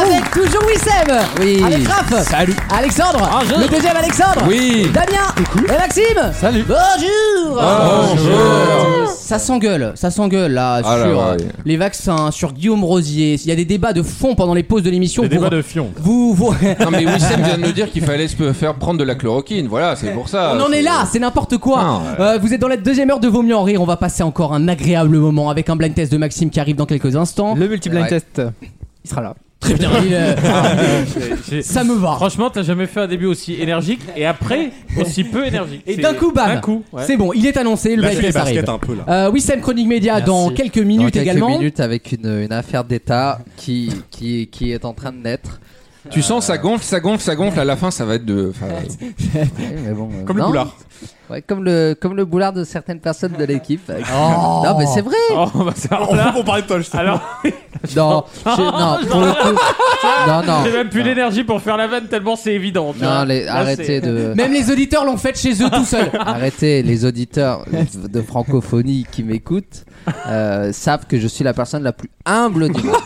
Avec toujours Wissem Oui. Avec Raph Salut. Alexandre Bonjour. Le deuxième Alexandre Oui. Damien Et Maxime Salut. Bonjour Bonjour. Ça s'engueule, ça s'engueule là oh. Ah là sur là, euh, oui. les vaccins, sur Guillaume Rosier. Il y a des débats de fond pendant les pauses de l'émission. Des Vous- débats de fion. Vous, vous- Non mais Wissem vient de nous dire qu'il fallait se faire prendre de la chloroquine, voilà, c'est pour ça. On en est là, c'est n'importe quoi. Non, Euh, vous êtes dans la deuxième heure de Vaut mieux en rire. On va passer encore un agréable moment avec un blind test de Maxime qui arrive dans quelques instants. Le multi-blind Ouais. test, il sera là. Très bien. il, euh, J'ai- ça me va. Franchement, t'as jamais fait un début aussi énergique et après aussi peu énergique. Et C'est- d'un coup, bam. D'un coup. ouais. C'est bon, il est annoncé. Bah, Bah, Le blind test arrive. hein. un peu là. Euh, Wissem Chronique Média Merci. dans quelques minutes Dans quelques également. minutes avec une, une affaire d'État qui, qui, qui est en train de naître. Tu sens ça gonfle, ça gonfle, ça gonfle, à la fin ça va être de... enfin, Oui, mais bon, euh, Comme le non. boulard. Ouais, comme, le, comme le boulard de certaines personnes de l'équipe. Non, mais c'est vrai. Oh, bah, ça, alors On là- on parlait de toi justement. alors, Non, je- non, pour le coup. Non, non. j'ai même plus l'énergie pour faire la vanne tellement c'est évident. tu vois. Non, les- Là, arrêtez c'est- de. Même les auditeurs l'ont fait chez eux tout seuls. Arrêtez, les auditeurs de francophonie qui m'écoutent euh, savent que je suis la personne la plus humble du monde.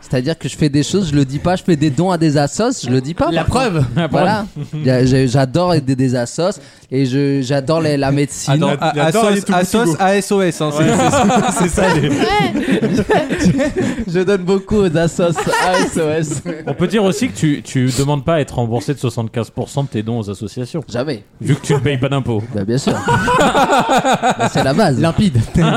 C'est-à-dire que je fais des choses, je le dis pas, je fais des dons à des assos, je le dis pas. La par preuve. contre. Voilà. Y a- j'ai- J'adore aider des assos et je- j'adore les- la médecine. Attends, Ah, il adore aller Assos, tout bout, tout Assos, bout. ASOS. hein, c'est- C'est ça les... Je donne beaucoup aux assos, ASOS. On peut dire aussi que tu, tu demandes pas à être remboursé de 75% de tes dons aux associations, Jamais. vu que tu ne payes pas d'impôts. Bah, bien sûr. Bah, C'est la base. Limpide. Non,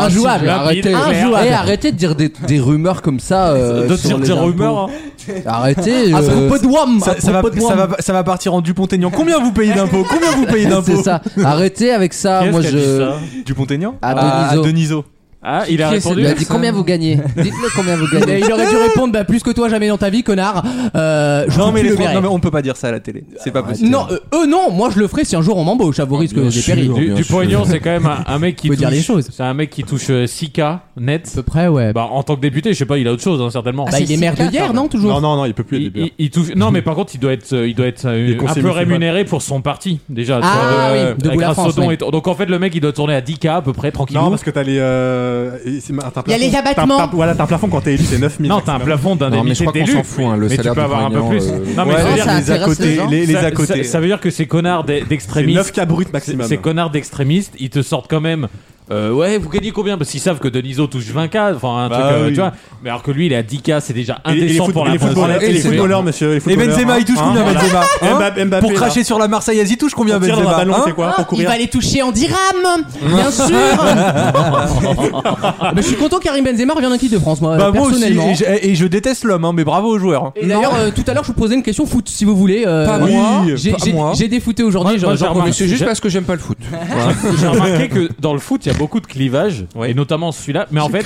Injouable. si, Arrêtez, Injouable. Et arrêtez de dire des, des rumeurs comme ça. euh, de dire sur les des impôts. rumeurs. hein. Arrêtez. À euh, propos de WAM. ça, ça va, ça, va, ça va partir en Dupont-Aignan. Combien vous payez d'impôts Combien vous payez C'est d'impôts ça. Arrêtez avec ça. Qui est-ce Ah, Moi, qui a dit je. ça Dupont-Aignan À Ah, Deniso. Deniso. Ah, il a Qui est-ce- répondu. Il a dit combien vous gagnez. Dites-le combien vous Et gagnez. il aurait dû répondre bah, plus que toi jamais dans ta vie, connard. Euh, je Non vous mais, le les verrai. Fran- non mais on peut pas dire ça à la télé, c'est pas possible. Non, euh, eux non, moi je le ferai si un jour on m'embauche, Ah, à vos risques et périls. Du, du Poignon, c'est quand même un, un mec qui Faut touche. dire les choses. C'est un mec qui touche euh, 6K net. près, ouais. Bah, Bah, en tant que député, je sais pas, il a autre chose, hein, certainement. Ah, c'est il est maire de Sika, hier, quand non, toujours non, non, non, il peut plus Il, être début. hein. il- il touche- Non, mais par contre, il doit être, euh, il doit être euh, Il est un conseiller peu municipal. rémunéré pour son parti déjà. Ah, tu vois, euh, oui, de avec Boula grâce France, au don oui. et tout. Donc en fait, le mec, il doit tourner à 10K à peu près tranquillement. Non, parce que t'as les. Euh, et c'est- t'as un Il y a les plafond. abattements. T'as un- t'as- Voilà, t'as un plafond quand t'es élu, c'est 9000. Non, t'as un Non plafond mais je d'indemnité crois qu'on d'élu. s'en fout, hein, le Mais tu salaire peux de avoir un peu Poignan, plus. euh, Non, mais Ouais, ça veut ça dire les à intéresse les côté, gens. les, les ça- à côté. ça- ça veut dire que ces connards d'e- C'est d'extrémistes 9 cas brut ces, maximum. ces connards d'extrémistes, ils te sortent quand même. euh, ouais, vous gagnez combien Parce qu'ils savent que Deniso touche 20K, enfin un Bah truc, euh, oui. tu vois. Mais alors que lui, il est à 10K, c'est déjà Et les- et les indécent foot- pour et la les France. footballeurs, et les footballeurs, monsieur. les Et footballeurs, Benzema, hein, il touche hein, combien voilà. Benzema hein Mbappé, Mbappé, Pour là. cracher sur la Marseillaise, il touche combien On tire dans Benzema un ballon, hein c'est quoi Pour Il courir. va les toucher en dirham, bien sûr. Mais je suis content qu'Arim Benzema revienne en équipe de France, moi. Bah, moi aussi, personnellement. et je, et je déteste l'homme, hein, mais bravo aux joueurs. hein. Et d'ailleurs, euh, tout à l'heure, je vous posais une question foot, si vous voulez. euh, Pas oui. moi, J'ai- pas j'ai- moi. J'ai défouté aujourd'hui. Moi, j'en- moi, j'en j'ai remets- Mais c'est juste J'ai- parce que j'aime pas le foot. J'ai remarqué que dans le foot, il y a beaucoup de clivages, et notamment celui-là. Mais en fait,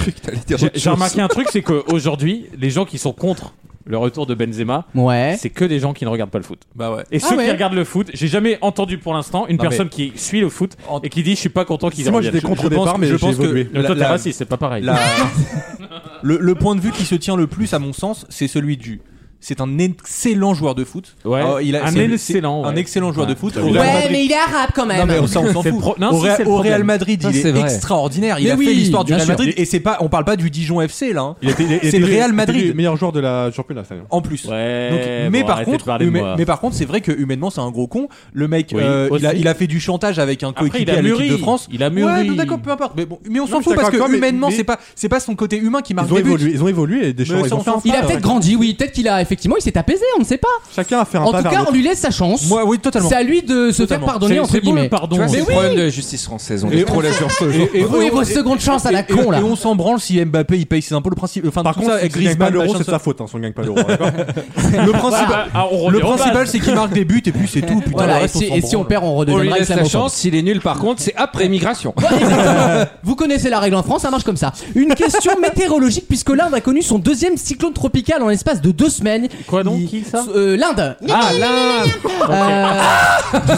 j'ai- j'ai remarqué un truc, c'est qu'aujourd'hui, les gens qui sont contre le retour de Benzema, Ouais. c'est que des gens qui ne regardent pas le foot. Bah ouais. Et Eh Ah ceux ouais. qui regardent le foot, j'ai jamais entendu pour l'instant une Non, mais- personne qui suit le foot En- et qui dit je suis pas content qu'ils Si, moi, j'étais reviennent. contre au je départ, pense, mais je j'ai pense que évolué. Mais toi, La- t'es la- raciste, c'est pas pareil. La- le, le point de vue qui se tient le plus, à mon sens, c'est celui du. C'est un excellent joueur de foot. Ouais, Ah, il a- un c'est- c'est excellent, un ouais. excellent joueur de foot. Au Real Ouais, Madrid- mais il est arabe quand Non même. mais ça on s'en C'est le fout. pro- non, au, si, Real, c'est le au problème. Real Madrid, Ça, il est, c'est vrai. extraordinaire. Il Mais a fait oui, l'histoire du bien Real sûr. Madrid et c'est pas, on parle pas du Dijon FC là. hein. Il était- il était- C'est le il était- Real Madrid. était le meilleur joueur de la championnat cette année. En plus. Ouais, Donc, bon, mais, par arrêtez de contre, parler de humain- moi. mais par contre, c'est vrai que humainement, c'est un gros con. Le mec, Oui, euh, il, a, aussi. il a fait du chantage avec un Après, il coéquipier a à mûri. l'équipe de France. Il a Ouais, mûri. non, d'accord, peu importe. Mais bon, mais on Non, s'en je fout suis parce que d'accord, mais- humainement, mais- c'est pas, c'est pas son côté humain qui marque Ils ont des buts. évolué, ils ont évolué et Deschamps, Mais ils ça, ont on fait s'en un- fout. Il a Ah, peut-être ouais. grandi, oui. Peut-être qu'il a effectivement, il s'est apaisé, on ne sait pas. Chacun a Ah, fait un En pas tout vers cas, l'autre. on lui laisse sa chance. Moi, oui, totalement. C'est à lui de se faire Totalement. pardonner C'est- entre c'est beau le guillemets. Tu pardon. vois, Mais c'est le oui. problème de la justice française. On Et est on- trop là sur ce Et- et- Vous et vos et- secondes chances à la et- con là. Et on s'en branle si Mbappé il paye ses impôts. Le principe, enfin, Par tout contre, ça, si tu gagnes pas Griezmann, l'euro, machin, c'est de ça. sa faute, hein, si on gagne pas l'euro. d'accord Le principal, Ah, ah, on revient le aux principal, bases. c'est qu'il marque des buts et puis c'est tout. Putain, Voilà, le et, reste, on si, s'en et si on branle. perd, on On lui redeviendra laisse la islamophobe. chance, s'il est nul par contre, c'est après migration. Vous connaissez la règle en France, ça marche comme ça. Une question météorologique, puisque l'Inde a connu son deuxième cyclone tropical en l'espace de deux semaines. Quoi donc, Il- qui, ça Euh, L'Inde Ah là Euh,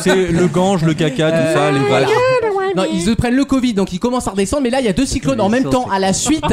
C'est le gange, le caca, tout ça, les vagues. Non, ils se prennent le Covid, donc ils commencent à redescendre. Mais là, il y a deux cyclones en même temps à la suite.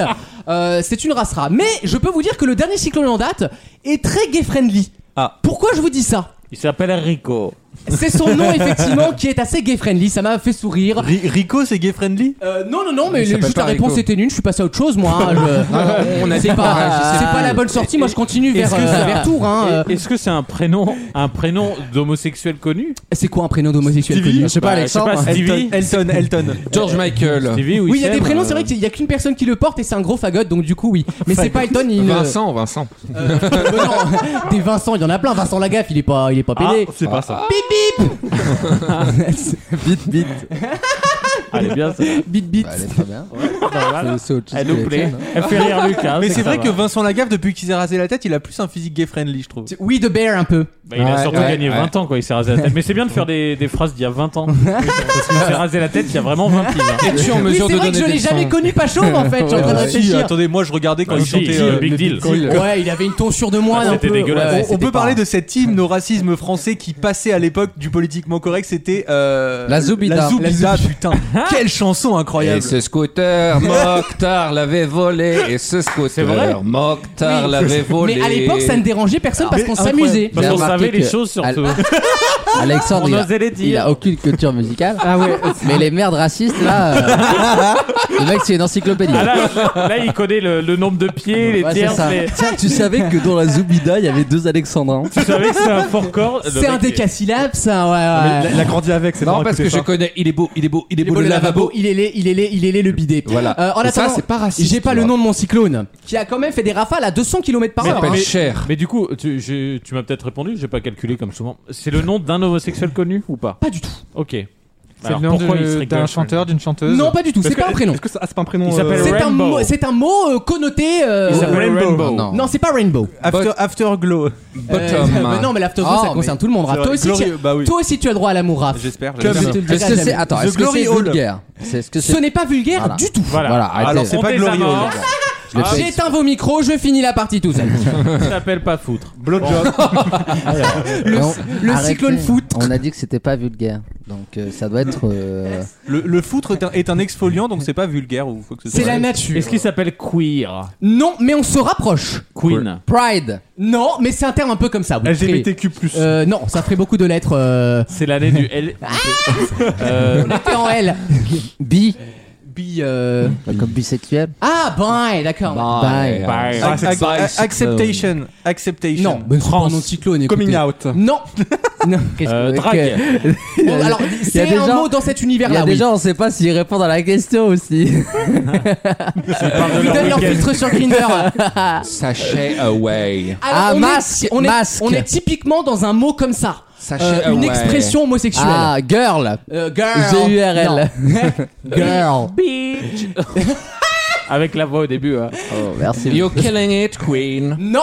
Euh, c'est une racera. Mais je peux vous dire que le dernier cyclone en date est très gay friendly. Ah. Pourquoi je vous dis ça Il s'appelle Rico. C'est son nom, effectivement, qui est assez gay-friendly. Ça m'a fait sourire. Ri- Rico, c'est gay Ah, friendly Euh, non, non, non, mais le- Il s'appelle juste pas la réponse Rico. était nulle. Je suis passé à autre chose, moi. hein, je- on a C'est dit pareil, pas, c'est c'est pas ça. la bonne sortie. Moi, je continue vers, Est-ce que euh, ça- vers Tours. hein, euh. Est-ce que c'est un prénom, un prénom d'homosexuel connu C'est quoi un prénom d'homosexuel Stevie connu Je sais pas, Bah, Alexandre. je sais pas, Stevie Elton, Elton. George Michael. Stevie ou Oui, il y a Issem, des prénoms, euh, c'est vrai qu'il y a qu'une personne qui le porte et c'est un gros fagot, donc du coup, oui. Mais c'est pas Elton, il. Vincent, Vincent. Euh, non, des Vincent, il y en a plein. Vincent Lagaffe, il est pas, il est pas Ah, pédé. c'est pas ça. Vite, vite. Elle est bien ça. Bit bit. Bah, elle est très bien. Voilà. C'est autre chose Elle que nous les plaît. tiennes, hein. Elle fait rire Lucas. Mais c'est ça vrai que va. Vincent Lagaffe, depuis qu'il s'est rasé la tête, il a plus un physique gay friendly, je trouve. Oui, de Bear un peu. Bah, il a Ouais, surtout ouais, gagné ouais. 20 ans, quoi. Il s'est rasé la tête. Mais c'est bien de faire des, des phrases d'il y a 20 ans. Parce qu'il s'est rasé la tête il y a vraiment 20 piges. hein. Es-tu en Oui, mesure c'est de vrai que je donner l'ai des jamais sons connu pas chauve en fait. Je suis en train de Ah, Si, réfléchir. attendez, moi je regardais quand Bah, il si, chantait. si, euh, Big Deal. Ouais, il avait une tonsure de moins. Ah, là, un c'était peu. dégueulasse. Ouais, ouais, On- On c'était peut pas- parler de cet hymne au racisme français qui passait à l'époque du politiquement correct, c'était euh, La Zoubida. La Zoubida, putain. Quelle chanson Et incroyable. ce scooter, Mokhtar l'avait volé. Et ce vrai. scooter, Mokhtar Oui. l'avait volé. Mais à l'époque, ça ne dérangeait personne parce qu'on incroyable. s'amusait. Parce J'ai qu'on remarqué savait les que- choses surtout. Alexandre, On il a- osait les il a dire. aucune culture musicale. Ah ouais. Mais les merdes racistes, là. euh, Le mec, c'est une encyclopédie. Ah, là, là, il connaît le, le nombre de pieds, les Ouais, c'est tierces. ça. les- Tiens, tu savais que dans la Zoubida, il y avait deux Alexandrins. Tu savais que c'est un fort corps. Ah, Le C'est un mec est- décasyllabe, ça. Ouais, ouais. Il a grandi avec, c'est Non, marrant, parce que écoutez je ça. connais. Il est beau, il est beau, il est Il est beau beau le lavabo. il est laid, il est laid, il est laid le bidet. Voilà. Euh, en Et ça, attendant, c'est pas raciste. j'ai pas le tu nom de mon cyclone qui a quand même fait des rafales à 200 km par vois. heure. Il s'appelle hein. Cher. Mais du coup, tu, j'ai- tu m'as peut-être répondu, j'ai pas calculé comme souvent. C'est le nom d'un homosexuel connu ou pas Pas du tout. Ok. C'est Alors, le nom pourquoi de- il se rigole, d'un quoi chanteur, d'une chanteuse Non, pas du tout. C'est Parce pas que- un prénom. Est-ce que ça- ah, c'est pas un prénom Il s'appelle euh, C'est un Rainbow. mot. C'est un mot euh, connoté. euh, Il s'appelle Rainbow. Rainbow. Non. Non, c'est pas Rainbow. After, Afterglow. Euh, Bottom. mais non, mais l'after Oh, ça concerne tout le monde. Raph. C'est Ah, Toi vrai, aussi, glorieux, tu- bah oui. toi aussi, tu as droit à l'amour, Raph. J'espère. Comme je te le Est-ce dirai que jamais. c'est attends, The est-ce que Glory c'est Hall. vulgaire C'est ce que Ce c'est n'est pas vulgaire Voilà. du tout. Voilà. Voilà, arrêtez. Alors, c'est On hein. pas glorieux. désamorce, Je l'ai fait exprès. J'éteins vos micros, je finis la partie tout seul. ça s'appelle pas foutre. Blowjob. Mais on- le arrêtez. cyclone foot. On a dit que c'était pas vulgaire. Donc euh, ça doit être euh, Le, le foutre est un, est un exfoliant, donc c'est pas vulgaire ou faut que ce C'est soit. la nature. Est-ce qu'il s'appelle Queer Non, mais on se rapproche. Queen. Pride. Non, mais c'est un terme un peu comme ça. oui. LGBTQ+. Très- Euh, non, ça ferait beaucoup de lettres. euh, C'est l'année du L. Euh, On était en L. Bi Bi. euh, comme bisexuel. Ah, ben, d'accord. Bye. Bah, Euh, bye. Ac- ac- ac- acceptation. Acceptation. Non, mais c'est pas Trans. un nom de cyclone. écoutez. Coming euh, out. Non. Qu'est-ce Euh, que- drague. Il y a- Bon, alors, il y a c'est des un gens- mot dans cet Il y a univers-là. des oui. gens, on sait pas s'ils répondent à la question aussi. Parle de Ils leur donnent leur week-end. filtre sur Grinder. Sachez away. Alors, Ah, on est- masque, on est, masque. on est typiquement dans un mot comme ça. Sachez Euh, une away. expression homosexuelle. ah, girl. Euh, girl. G-U-R-L. Non. girl. Bitch. Avec la voix au début. hein. Oh, merci. You're killing it, Queen. Non,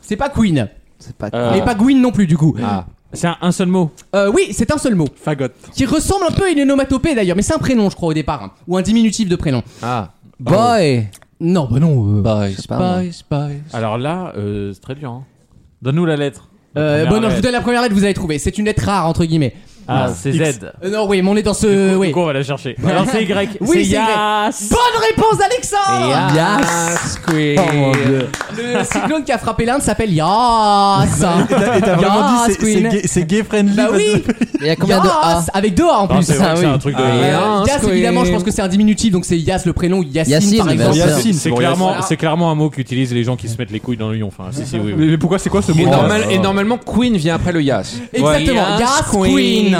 c'est pas Queen. C'est pas Euh, Et pas Gwyn non plus, du coup. Ah. C'est un, un seul mot. Euh, oui, c'est un seul mot. Fagot. Qui ressemble un peu à une onomatopée d'ailleurs, mais c'est un prénom, je crois, au départ. hein. Ou un diminutif de prénom. Ah. boy. Non, bah non. euh, Boy, je sais pas. moi. Alors là, euh, c'est très dur. hein. Donne-nous la lettre. euh, La première bon, non, je vous lettre. donne la première lettre, vous allez trouver. C'est une lettre rare, entre guillemets. Ah, c'est Z. Euh, non, oui, mais on est dans ce. oui. Du coup, on va la chercher. Alors c'est Y. Ah, Oui, c'est Y. Yas. Bonne réponse, Alexandre ah. Yes. Queen. Oh mon dieu. Le cyclone qui a frappé l'Inde s'appelle Yass Et t'as et t'as vraiment Yas, dit c'est- c'est Queen. gay- c'est gay, friendly. Bah parce- oui Il y a combien de A Yass, Avec deux A en Non, plus c'est vrai Ah que c'est oui. un truc de. Ah, Euh, Yass, Yass, oui. évidemment, je pense que c'est un diminutif, donc c'est Yass le prénom, Yassine, Yassine, par mais exemple. Yassine. Yacine, C'est bon, clairement, Voilà. c'est clairement un mot qu'utilisent les gens qui se mettent les couilles dans le lion. Enfin, si, si, oui, oui. Mais mais pourquoi c'est quoi ce Et, mot normal- et normalement, Queen vient après le Yas. Exactement, Ouais. Yas Queen.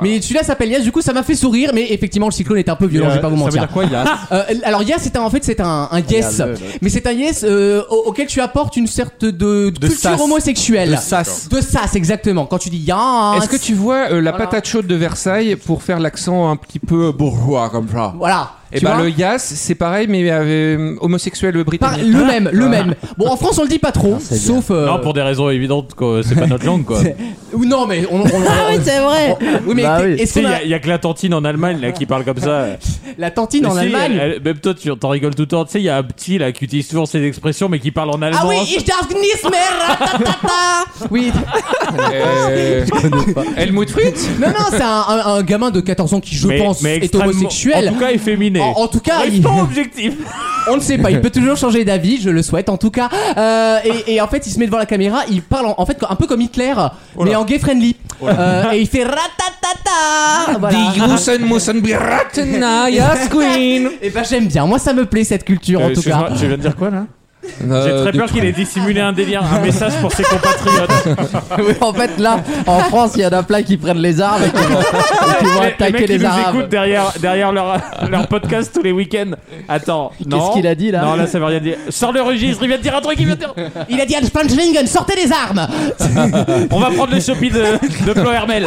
Mais celui-là s'appelle Yas, du coup ça m'a fait sourire, mais effectivement le cyclone est un peu violent, je vais pas vous Ça veut mentir. dire quoi, Yas Euh, alors Yas, c'est un- en fait c'est un, un yes, mais c'est un yes euh, au- auquel tu apportes une sorte de, culture sas. homosexuelle. De sas. De sas, exactement. Quand tu dis Yas, Est-ce que tu vois euh, la Voilà. patate chaude de Versailles pour faire l'accent un petit peu euh, bourgeois comme ça voilà. Et tu bah vois le Yas, c'est pareil, mais avec, euh, homosexuel Par- britannique. le même, le même. Bon, en France, on le dit pas trop, c'est sauf. euh, Non, pour des raisons évidentes, quoi. C'est pas notre langue, quoi. ou non, mais on. ah oui, c'est vrai. Oui, mais Bah t'es- oui. est-ce Tu sais, qu'on il a- y, a- il y a que la tantine en Allemagne là, qui parle comme ça. la tantine Mais en si, Allemagne elle- elle- même toi, tu t'en rigoles tout le temps. Tu sais, il y a un petit là qui utilise toujours ses expressions, mais qui parle en allemand. Ah oui, ich darf nicht mehr. ratatata. Oui. Euh, Helmut Fritz Non, non, c'est un, un- un gamin de 14 ans qui, je mais, pense, mais est extrêmement- homosexuel. En tout cas, efféminé. En- en tout cas, il- Restons objectifs. on ne sait pas, il peut toujours changer d'avis, je le souhaite en tout Oh cas. Euh, et, et en fait, il se met devant la caméra, il parle en, en fait un peu comme Hitler, mais en gay friendly. Euh, et il fait ratatata. Voilà. Et ben j'aime bien. Moi ça me plaît cette culture Eh, en tout cas. Euh, tu viens de dire quoi là J'ai Euh, très de- peur qu'il ait dissimulé un délire, un message pour ses compatriotes. Oui, en fait, là, en France, il y en a plein qui prennent les armes et qui vont, et qui vont les attaquer mecs qui les, nous Arabes. écoutent derrière, derrière leur, leur podcast tous les week-ends. Attends, non. Qu'est-ce qu'il a dit là Non, là ça veut rien dire. Sors le registre, il vient de dire un truc, il vient de dire. Il a dit à Spanschwingen sortez les armes. On va prendre le shopping de, de Flo Hermel.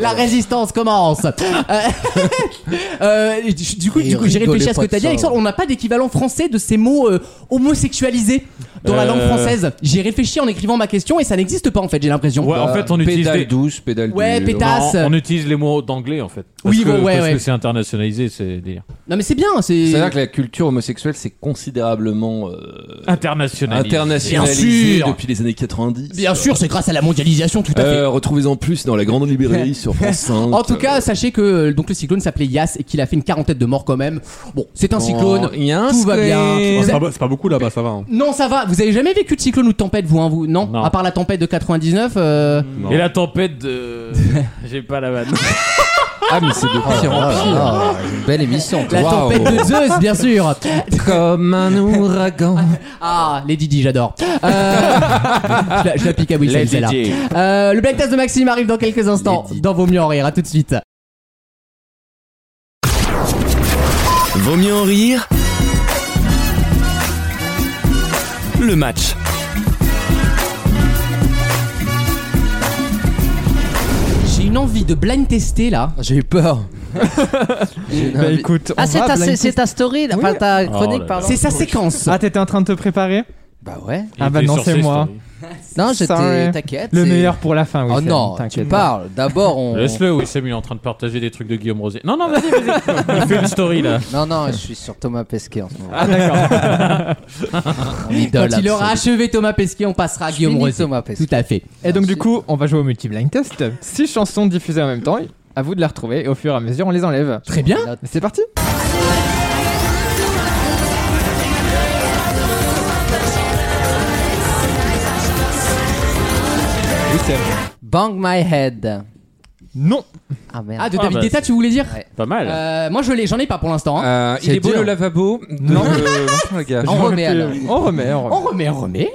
La résistance commence. Euh, euh, du du coup, Et du coup, j'ai rigolez réfléchi à ce pas que de t'as dit, ça. Alexandre. On n'a pas d'équivalent français de ces mots euh, homosexualisés dans la Euh. langue française. J'ai réfléchi en écrivant ma question et ça n'existe pas en fait. J'ai l'impression. Ouais, en fait, on utilise Bah, pédale des. douce, pédale Ouais, dure. péta- Non, on utilise les mots d'anglais en fait. Parce Oui, que, ouais, ouais, parce ouais. que c'est internationalisé, c'est délire. Non mais c'est bien. C'est. C'est-à-dire que la culture homosexuelle s'est considérablement euh, Ah, Internationalisé. internationalisée Bien sûr. depuis les années 90. Bien sûr, c'est grâce à la mondialisation tout à fait. Euh, Retrouvez-en plus dans La Grande Librairie sur France 5. En tout cas, sachez que euh, donc le cyclone s'appelait Yas et qu'il a fait une quarantaine de morts quand même. Bon, c'est Oh, un cyclone. rien. tout va bien. Vous C'est avez- pas, c'est pas beaucoup là-bas, ça va. hein. Non, ça va. Vous avez jamais vécu de cyclone ou de tempête, vous, hein, vous non, Non. À part la tempête de 99. euh, Et la tempête de. J'ai pas la vanne. Ah, mais c'est de pire en pire. Ah, une belle émission. La Waouh. tempête de Zeus, bien sûr. Comme un ouragan. Ah, les Didi, j'adore. Euh, je, la, je la pique à Wilson, celle-là. Euh, le black test de Maxime arrive dans quelques instants. Dans Vaut mieux en rire, à tout de suite. hein Vaut mieux en rire. Le match. J'ai une envie de blind tester là. J'ai eu peur. Bah écoute, on Ah, c'est va ta, blind c'est- test. c'est ta story, là. Oui. Enfin, ta Oh chronique, là là. pardon. C'est sa séquence. Ah, t'étais en train de te préparer Bah ouais. Ah bah Il était non, sur c'est ses moi. stories. Non, j'étais. Sorry. T'inquiète. Le c'est- meilleur pour la fin, oui. Oh Sam, non, tu t'inquiète pas. parles. D'abord, Euh, on. Laisse-le, oui, Sam, il est en train de partager des trucs de Guillaume Rosé. Non, non, vas-y, vas-y. Il fait une story là. Non, non, je suis sur Thomas Pesquet en ce moment. Ah d'accord. Mon idole Quand il aura absolue. achevé Thomas Pesquet, on passera à Je Guillaume finis Rosé. Thomas Pesquet. Tout à fait. et donc du coup, on va jouer au multi-blind test. Six chansons diffusées en même temps. À vous de les retrouver et au fur et à mesure, on les enlève. Très bien. C'est parti Bang my head. Non Ah merde. Ah, de Ah, David bah, Guetta, tu voulais dire Pas mal. Euh, Moi, je l'ai, j'en ai pas pour l'instant. hein. Euh, il C'est est beau dur. le lavabo. Non. Non, Vincent Ah, Lagaffe. on remet alors. On remet, on remet. On remet, on remet.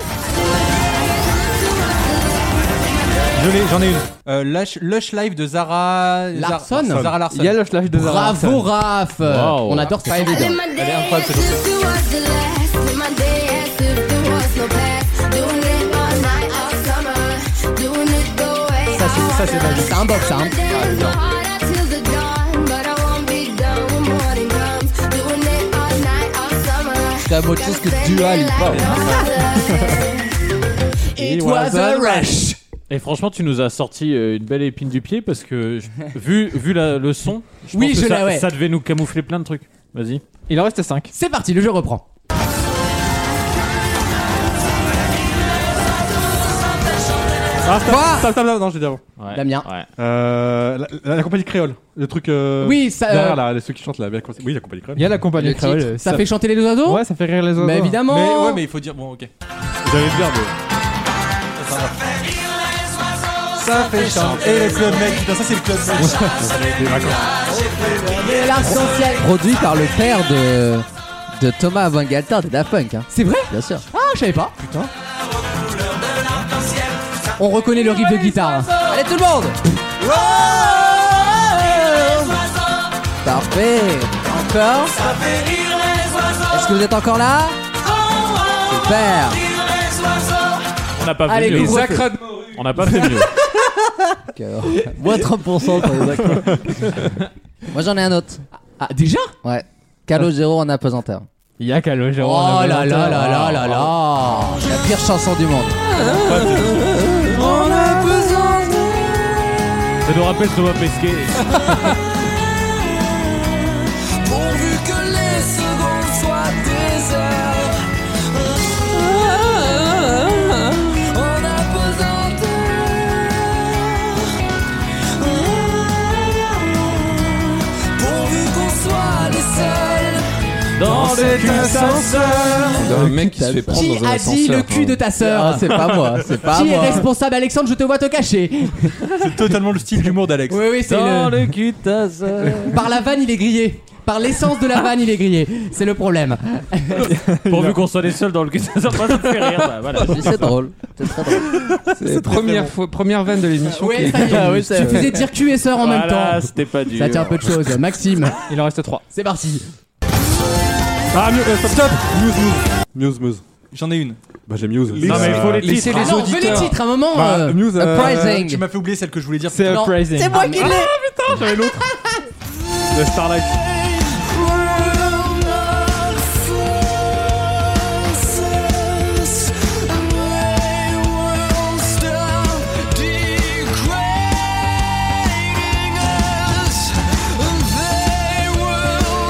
Je l'ai, j'en ai une. Euh, Lush, Lush Live de Zara Larson. Zara- Zara Larson. Il y a le flash de Zara. Bravo, Raph. Wow. On adore ça. Live my day as if it was the last. Live my day as if there was no past. Doing it all night, all summer. Doing it the way I Ça, c'est wanna. c'est un box, ça. hein. My day is so hard until the dawn, but I won't be done when morning comes. Doing it all night, all summer. la bonne chose que Spend Dua it Lipa. like no other. It was a rush. Et franchement, tu nous as sorti euh, une belle épine du pied parce que, je- vu, vu la, le son, je Oui, pense que je ça, l'ai, ouais. ça devait nous camoufler plein de trucs. Vas-y. Il en reste 5. C'est parti, le jeu reprend. Quoi Stop, stop, stop, non, j'ai dit avant. Ouais. Damien. Ouais. Euh, la, la- la compagnie créole. Le truc. euh, Oui, ça, euh, Derrière, là, ceux qui chantent là. bien concis- Oui, la compagnie créole. Il y a la compagnie euh, Le titre, euh, créole. Ça, fait chanter les deux oiseaux Ouais, ça fait rire les autres. Mais Mais évidemment. ouais, mais il faut dire bon, ok. J'allais le dire, mais. Ça fait chanter le club mec. Putain, ça c'est le club mec. Et l'arc-en-ciel. Produit par le père de. De Thomas Bangalter de Da Punk, hein. C'est vrai bien sûr. Ah, je savais pas. Putain. On reconnaît le riff de guitare. Allez tout le monde Parfait Encore Est-ce que vous êtes encore là Super On n'a pas fait Allez, mieux. gros. On n'a pas fait mieux. Moins 30% pour les accords. Moi j'en ai un autre. Ah, déjà Ah. Ouais. Calogero en apesanteur. Il y a Calogero. Oh là là là là là là. La pire chanson du monde. Ça nous rappelle Thomas Pesquet. Dans cet ascenseur. Un mec qui se fait prendre Qui dans un a dit ascenseur. hein. le cul de ta Ah, sœur c'est pas moi, c'est pas Qui est moi. responsable Alexandre, je te vois te cacher. C'est totalement le style d'humour d'Alex. Oui, oui, c'est Dans le... le cul de ta sœur. Par la vanne, il est grillé. Par l'essence de la vanne, il est grillé. C'est le problème. Ah, Pourvu qu'on soit les seuls dans le cul de ta sœur, moi, ça me fait rire. bah, voilà. Mais C'est drôle, c'est très drôle. C'est première fois, première veine de l'émission. qui Oui, est- ça y est. Ah oui, ça- tu faisais dire cul et sœur en même Voilà, temps. c'était pas dur. Ça tient un peu de choses. Maxime, Il en reste 3. c'est parti. Ah, mieux, euh, stop, stop. Muse, muse. Muse, Muse. J'en ai une. Bah, j'ai Muse. Non, mais il faut les Laissez titres. les Ah non, fais les auditeurs. titres, un moment. Bah, euh, Muse, euh, Uprising. Tu m'as fait oublier celle que je voulais dire. C'est Non, Uprising. moi qui l'ai. Le Starlight.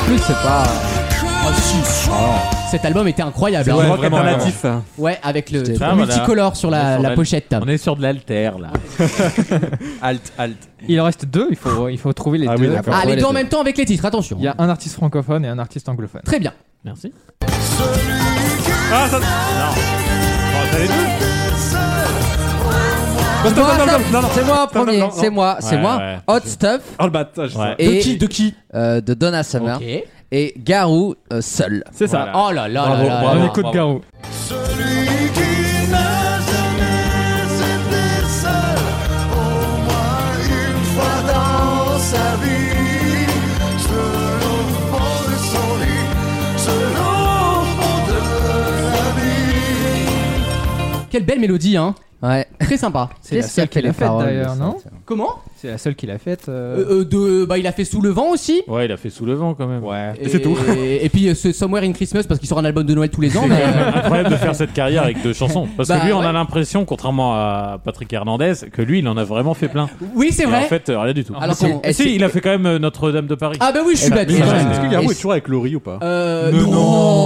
En plus, c'est pas. Oh, Cet album était incroyable. hein. Ouais, Ouais, vraiment alternatif. avec le Ah, multicolore sur On est la, sur la la- pochette. On est sur de l'alter là. Alt, alt. Il en reste 2, il faut, il faut trouver les Ah oui, deux. d'accord. Ah, les Ouais, deux les en deux. même temps avec les titres, attention. il y a un artiste francophone et un artiste anglophone. Très bien. Merci. Ah, ça. Non. Oh, t'avais deux C'est moi, non, non. c'est moi en non, premier, non. c'est Ah, moi, c'est Ouais, moi. ouais. Hot Stuff Oh le battage. Ouais. et De qui De qui euh, de Donna Summer Ok. et Garou euh, seul. C'est ça. hein Oh là là là Bravo, là bravo. là. On écoute Garou. Quelle belle mélodie, hein. Ouais. Très sympa. C'est la Qu'est-ce seule qu'il a qui l'a fait faite paroles, d'ailleurs, ça, non tiens. Comment C'est la seule qui l'a faite. euh, Euh, euh, de, Bah, il a fait Sous le vent aussi. Ouais, il a fait sous le vent quand même. Ouais. Et c'est tout. Et, puis euh, ce Somewhere in Christmas parce qu'il sort un album de Noël tous les ans. mais, euh, Incroyable de faire cette carrière avec deux chansons. Parce Bah, que lui, on ouais. a l'impression, contrairement à Patrick Hernandez, que lui, il en a vraiment fait plein. Oui, c'est Et vrai. en fait, euh, rien du tout. Alors C'est- qu'on- Et c'est- si, il a fait quand même euh, Notre-Dame de Paris. Ah bah oui, je suis bête. Et- c'est vrai. Est-ce que Garou Et- est toujours avec Laurie ou pas Euh, Mais non,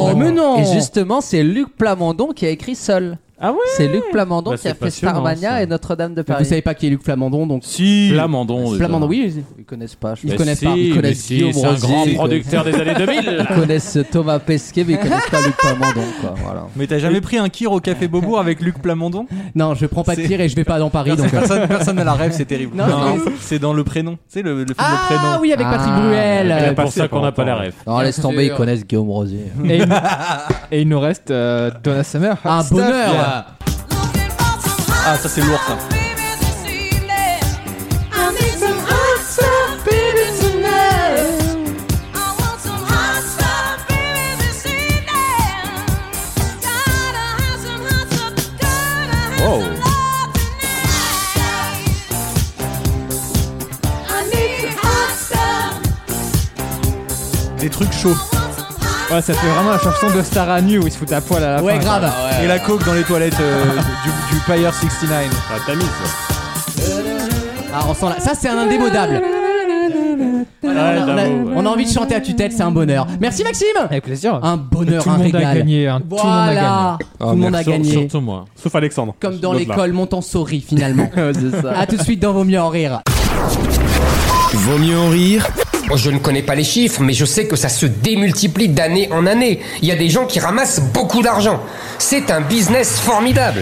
non. mais non. Et justement, c'est Luc Plamondon qui a écrit seul. Ah ouais C'est Luc Plamondon Bah, qui a c'est fait passionnant, Starmania ça. et Notre-Dame de Donc, vous Paris. savez pas qui est Luc Flamandon, donc Si. Flamandon. déjà. Flamandon, oui. Ils connaissent pas. Je Ils Bah connaissent si, pas. Ils mais connaissent si, Guillaume C'est un Rosier, grand ils producteur des années 2000. Ils connaissent Thomas Pesquet, mais ils connaissent pas Luc Plamondon, euh, quoi. Voilà. Mais t'as jamais pris un kir au café Beaubourg avec Luc Plamondon Non, je prends pas de C'est- tir et je vais pas dans Paris. Donc, euh. Personne personne ne la rêve, c'est terrible. Non, non. C'est dans le prénom. Tu sais, le, le film ah Le prénom. oui, avec Patrick Ah. Bruel. Elle a C'est pas pour fait ça qu'on n'a pas la longtemps. rêve. Non, laisse tomber, ils connaissent Guillaume Rosier. Et, il... et il nous reste euh, Donna Summer. Un Hot Stuff. bonheur. Ah, ça c'est lourd ça. Wow. Des trucs chauds. Ouais, ça fait vraiment la chanson de Star à nu où il se fout à poil à la Ouais, fin. grave. Et la coke dans les toilettes euh, du, du Pyre 69. Ah, t'as mis ça. Ah, on sent là. Ça, c'est un indémodable. Ouais, on, a, j'avoue, ouais. on a envie de chanter à tue-tête, c'est un bonheur. Merci Maxime. Avec plaisir. Un bonheur, tout le un monde a régal. gagné. hein, Tout le monde a gagné. Voilà. Tout le monde a merci. gagné. Surtout moi. Sauf Alexandre. Comme dans L'autre là. l'école Montessori finalement. A tout de suite dans Vaut mieux en rire. Vaut mieux en rire Oh, Je ne connais pas les chiffres, mais je sais que ça se démultiplie d'année en année. Il y a des gens qui ramassent beaucoup d'argent. C'est un business formidable.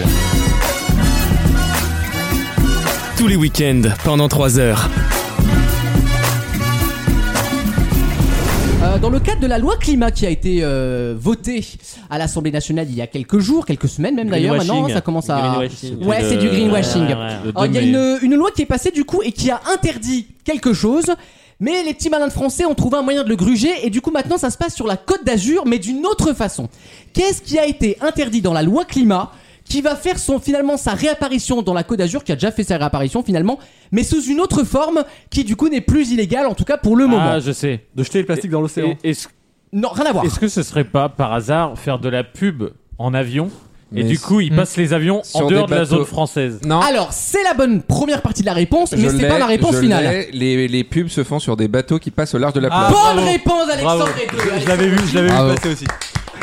tous les week-ends pendant 3 heures. Euh, dans le cadre de la loi climat qui a été euh, votée à l'Assemblée nationale il y a quelques jours, quelques semaines même d'ailleurs, maintenant Greenwashing. ça commence à... Greenwashing. Ouais, c'est du greenwashing. Ouais, ouais, ouais. Alors, Il y a une, une loi qui est passée du coup et qui a interdit quelque chose. Mais les petits malins de français ont trouvé un moyen de le gruger et du coup maintenant ça se passe sur la Côte d'Azur mais d'une autre façon. Qu'est-ce qui a été interdit dans la loi climat qui va faire son finalement sa réapparition dans la Côte d'Azur qui a déjà fait sa réapparition finalement mais sous une autre forme qui du coup n'est plus illégale en tout cas pour le moment. Ah, je sais. De jeter le plastique dans l'océan. Et- Est-ce Non, rien à voir. Est-ce que ce serait pas par hasard faire de la pub en avion et Mais du coup ils Hmm. passent les avions Sur en des dehors de la bateaux. zone française Non. Alors, c'est la bonne première partie de la réponse, Ah, mais Hein Je c'est pas l'ai, la réponse je finale. l'ai. Les, les pubs se font sur des bateaux qui passent au large de la Ah, plage. Bonne bravo. réponse, Alexandre Bravo. et deux. Je l'avais vu, je l'avais vu Bravo. passer aussi.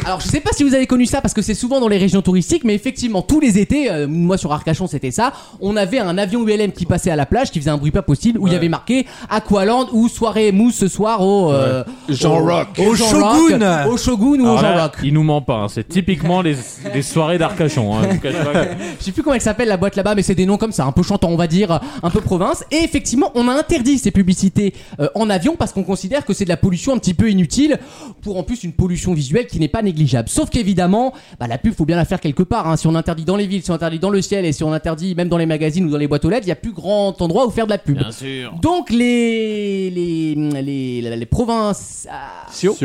Alors, je sais pas si vous avez connu ça parce que c'est souvent dans les régions touristiques, mais effectivement, tous les étés, euh, moi sur Arcachon, c'était ça. On avait un avion ULM qui passait à la plage, qui faisait un bruit pas possible, où il y avait marqué Aqualand ou soirée mousse ce soir au euh, Jean au- Rock. au, Au Jean Shogun. Ah Rock, au Shogun ou au Alors Jean là, Rock. Il nous ment pas, hein. c'est typiquement les, les soirées d'Arcachon. hein. Je vous cache pas que- Je sais plus comment elle s'appelle la boîte là-bas, mais c'est des noms comme ça, un peu chantant, on va dire, un peu province. Et effectivement, on a interdit ces publicités euh, en avion parce qu'on considère que c'est de la pollution un petit peu inutile, pour en plus une pollution visuelle qui n'est pas négligeable. Sauf qu'évidemment, bah, la pub, faut bien la faire quelque part. hein. Si on interdit dans les villes, si on interdit dans le ciel et si on interdit même dans les magazines ou dans les boîtes aux lettres, il n'y a plus grand endroit où faire de la pub. Bien sûr. Donc les les les, les, les provinces. ah, Sio.